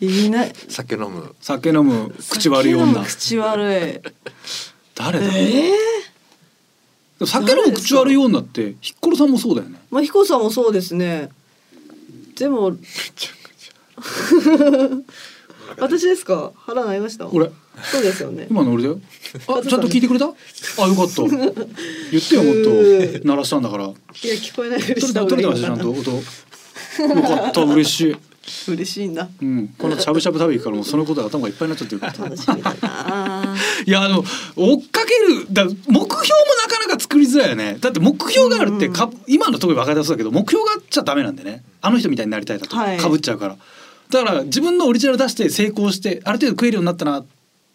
S4: いない
S5: 酒飲む
S3: 酒飲む 口悪い
S4: 酒飲
S3: 女
S4: む 口悪い
S3: 誰だ、
S4: ええ
S3: 酒飲む口悪い女ってヒッコロさんもそうだよね
S4: まあ彦さんもそうですね でも私ですか腹鳴りました
S3: 俺
S4: そうですよね
S3: 今の俺だよ あちゃんと聞いてくれたあよかった言って よもっと鳴らしたんだから
S4: いや聞こえないふり
S3: 取
S4: し
S3: れた
S4: た方
S3: 取
S4: がい
S3: れ
S4: い
S3: て
S4: の
S3: ました
S4: か
S3: ちゃん
S4: な
S3: と音よかった嬉しい
S4: 嬉しい な
S3: うん、このしゃぶしゃぶ食べ行くからもうそのことで頭がいっぱいになっちゃってる から
S4: 楽しみだない
S3: やあの追っかけるだ目標もなかなか作りづらいよねだって目標があるってか、今の特に若手はそうだけど目標があっちゃダメなんでねあの人みたいになりたいだと
S4: はい
S3: かぶっちゃうから、だから自分のオリジナル出して成功してある程度食えるようになったな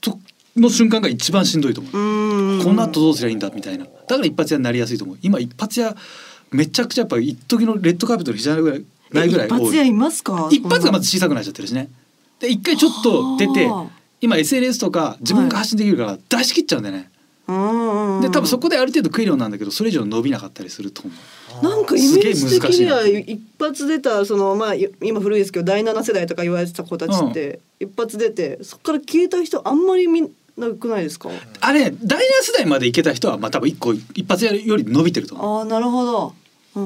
S3: との瞬間が一番しんどいと思う、
S4: うーん
S3: この後どうすりゃいいんだみたいなだから一発屋になりやすいと思う今一発屋めちゃくちゃやっぱ一時のレッドカーペットの膝ぐらいないぐらい
S4: 一
S3: 多い
S4: 発屋いますか
S3: 一発がまず小さくなっちゃってるしねで一回ちょっと出て
S4: はあ
S3: 今 SNS とか自分が発信できるから出し切っちゃうんだよね、
S4: そんなうんうんうん
S3: で多分そこである程度食えるようになるんだけどそれ以上伸びなかったりすると思う
S4: なんかイメージ的には
S3: すげえ難
S4: 一発出たそのまあい今古いですけど第7世代とか言われてた子たちって、一発出てそこから消えた人あんまり見なくないですか、
S3: あれ第7世代までいけた人はまあ多分一個一発やるより伸びてると思う
S4: ああなるほど、うん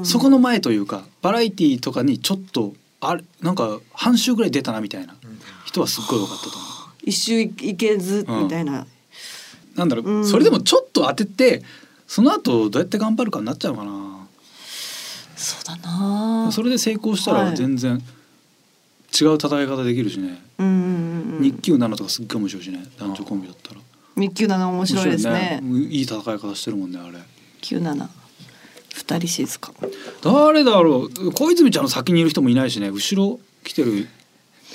S3: そこの前というかバラエティーとかにちょっとあれなんか半周ぐらい出たなみたいな人はすっごい多かったと思う
S4: 一周いいけず
S3: うん
S4: みたいな、
S3: なんだろう、
S4: うん
S3: それでもちょっと当ててその後どうやって頑張るかになっちゃうかな
S4: そうだな
S3: それで成功したら
S4: はい
S3: 全然違う戦い方できるしね、
S4: うんうんうん
S3: 日給7とかすっごい面白いしね男女コンビだったら
S4: 日給七面白いですね
S3: 面白いいい戦い方してるもんねあれ
S4: 九七二人静か
S3: 誰だろう小泉ちゃんの先にいる人もいないしね後ろ来てる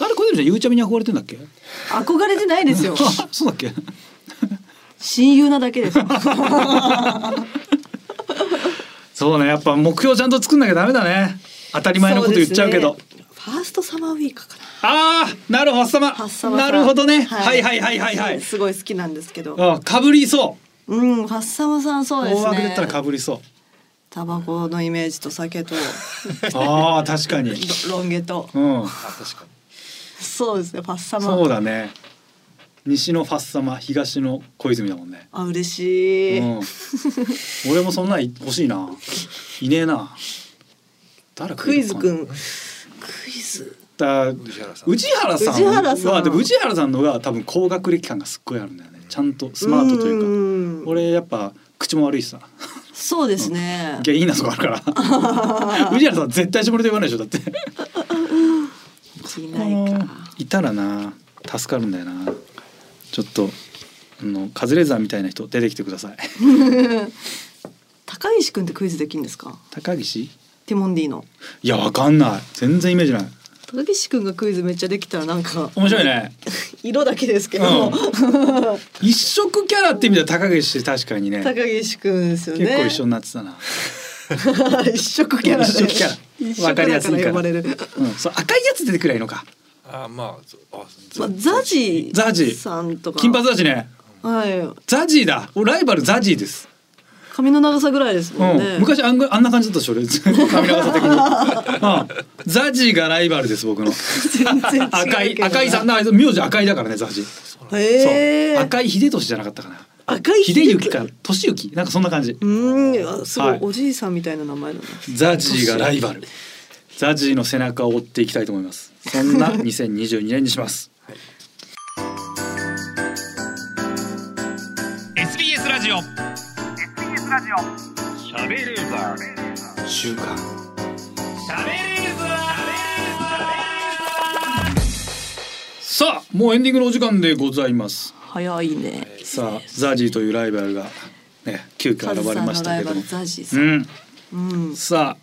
S3: あれ小泉ちゃんゆうちゃみに憧れてんだっけ
S4: 憧れてないですよ
S3: そうだっけ
S4: 親友なだけ です
S3: そうねやっぱ目標ちゃんと作んなきゃダメだね当たり前のこと言っちゃうけど
S4: そですねファーストサマーウイカかな
S3: ああなるほど様
S4: ファッサマさ
S3: なんるほどね、はい、はいはいはいはい
S4: すごい好きなんですけど
S3: あかぶりそ
S4: うん、ファッサマさん
S3: う
S4: そうです
S3: 大枠だったらか
S4: ね。
S3: ぶりそう
S4: タバコのイメージと 酒と
S3: ああ確かに
S4: ロロン毛と、
S3: うん
S5: あ確かに
S4: そうですね、ファッサマ。
S3: そうだね西のファッサマ東の小泉だもんね、
S4: あ、嬉しい。
S3: うん、俺もそんなん欲しいないねえな誰か
S4: ク
S3: い
S4: イ
S3: る
S4: ズ
S3: かな
S4: くん、クイズ
S3: だ
S5: 宇治原さん
S3: 宇治原さん
S4: 宇治原さん
S3: はでも宇治原さんのが多分高学歴感がすっごいあるんだよねちゃんとスマートというか
S4: うか
S3: 俺やっぱ口も悪いしさ
S4: そうですね
S3: いやいいなそこある から宇治原さん絶対下ネタ言わないでしょだって
S4: いないか
S3: いたらな助かるんだよなちょっとあのカズレーザーみたいな人出てきてください
S4: 高岸くんってクイズできるんですか
S3: 高岸
S4: ティモンディの
S3: いやわかんない全然イメージない
S4: 高岸くんがクイズめっちゃできたらなんか
S3: 面白いね
S4: 色だけですけど、
S3: うん一色キャラって意味では高岸確かにね
S4: 高岸くんですよね
S3: 結構一緒になってたな、
S4: 一色キャラで
S3: 一色キャラ
S4: 一色だから呼ばれる
S3: うん、そう赤いやつ出てくればいいのか
S5: あまあずあず
S4: まあ、ザジ
S3: ザジ
S4: さんとか
S3: 金髪だしね
S4: はい
S3: ザジーだ俺ライバルザジーです、
S4: 髪の長さぐらいです
S3: う
S4: もん
S3: ん
S4: ね、
S3: 昔あんぐあんな感じだったでしょ俺 髪長さ的に、うん、ザジーがライバルです僕の
S4: 全然違うけど
S3: 赤い赤いさんだ名字赤いだからねザジー、
S4: へえ
S3: そう赤い秀俊じゃなかったかな
S4: 赤い
S3: 秀
S4: 秀
S3: 幸か俊幸なんかそんな感じ
S4: うーんあすごい、
S3: はい
S4: おじいさんみたいな名前だな
S3: ザジーがライバルザジーの背中を追っていきたいと思いますそんな2022年にします
S2: SBS ラジオ
S1: 週刊
S2: しゃべれー
S3: さあもうエンディングのお時間でございます
S4: 早いね
S3: さあザジーというライバルがね急遽
S4: カズ
S3: 現れ
S4: さん
S3: ま
S4: の
S3: し
S4: ラ
S3: た
S4: イ
S3: け
S4: バ
S3: ども
S4: ルザジさ、
S3: うんん
S4: うん、
S3: さあ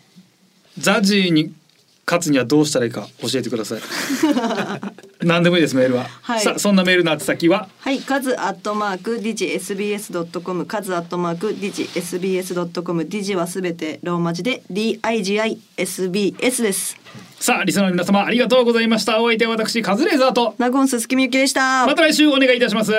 S3: ザジーに勝つにはどうしたらいいか教えてく ださい何でもいいですメールは、
S4: はい
S3: さあそんなメールの宛先は
S4: はい、カズアットマークディジ SBS ドットコム、カズアットマークディジ SBS ドットコム、ディジはすべてローマ字で D I G I S B S です。
S3: さあリスナーの皆様ありがとうございましたお相手は私カズレーザーと
S4: ナゴンススキミユキでした。
S3: また来週お願いいたします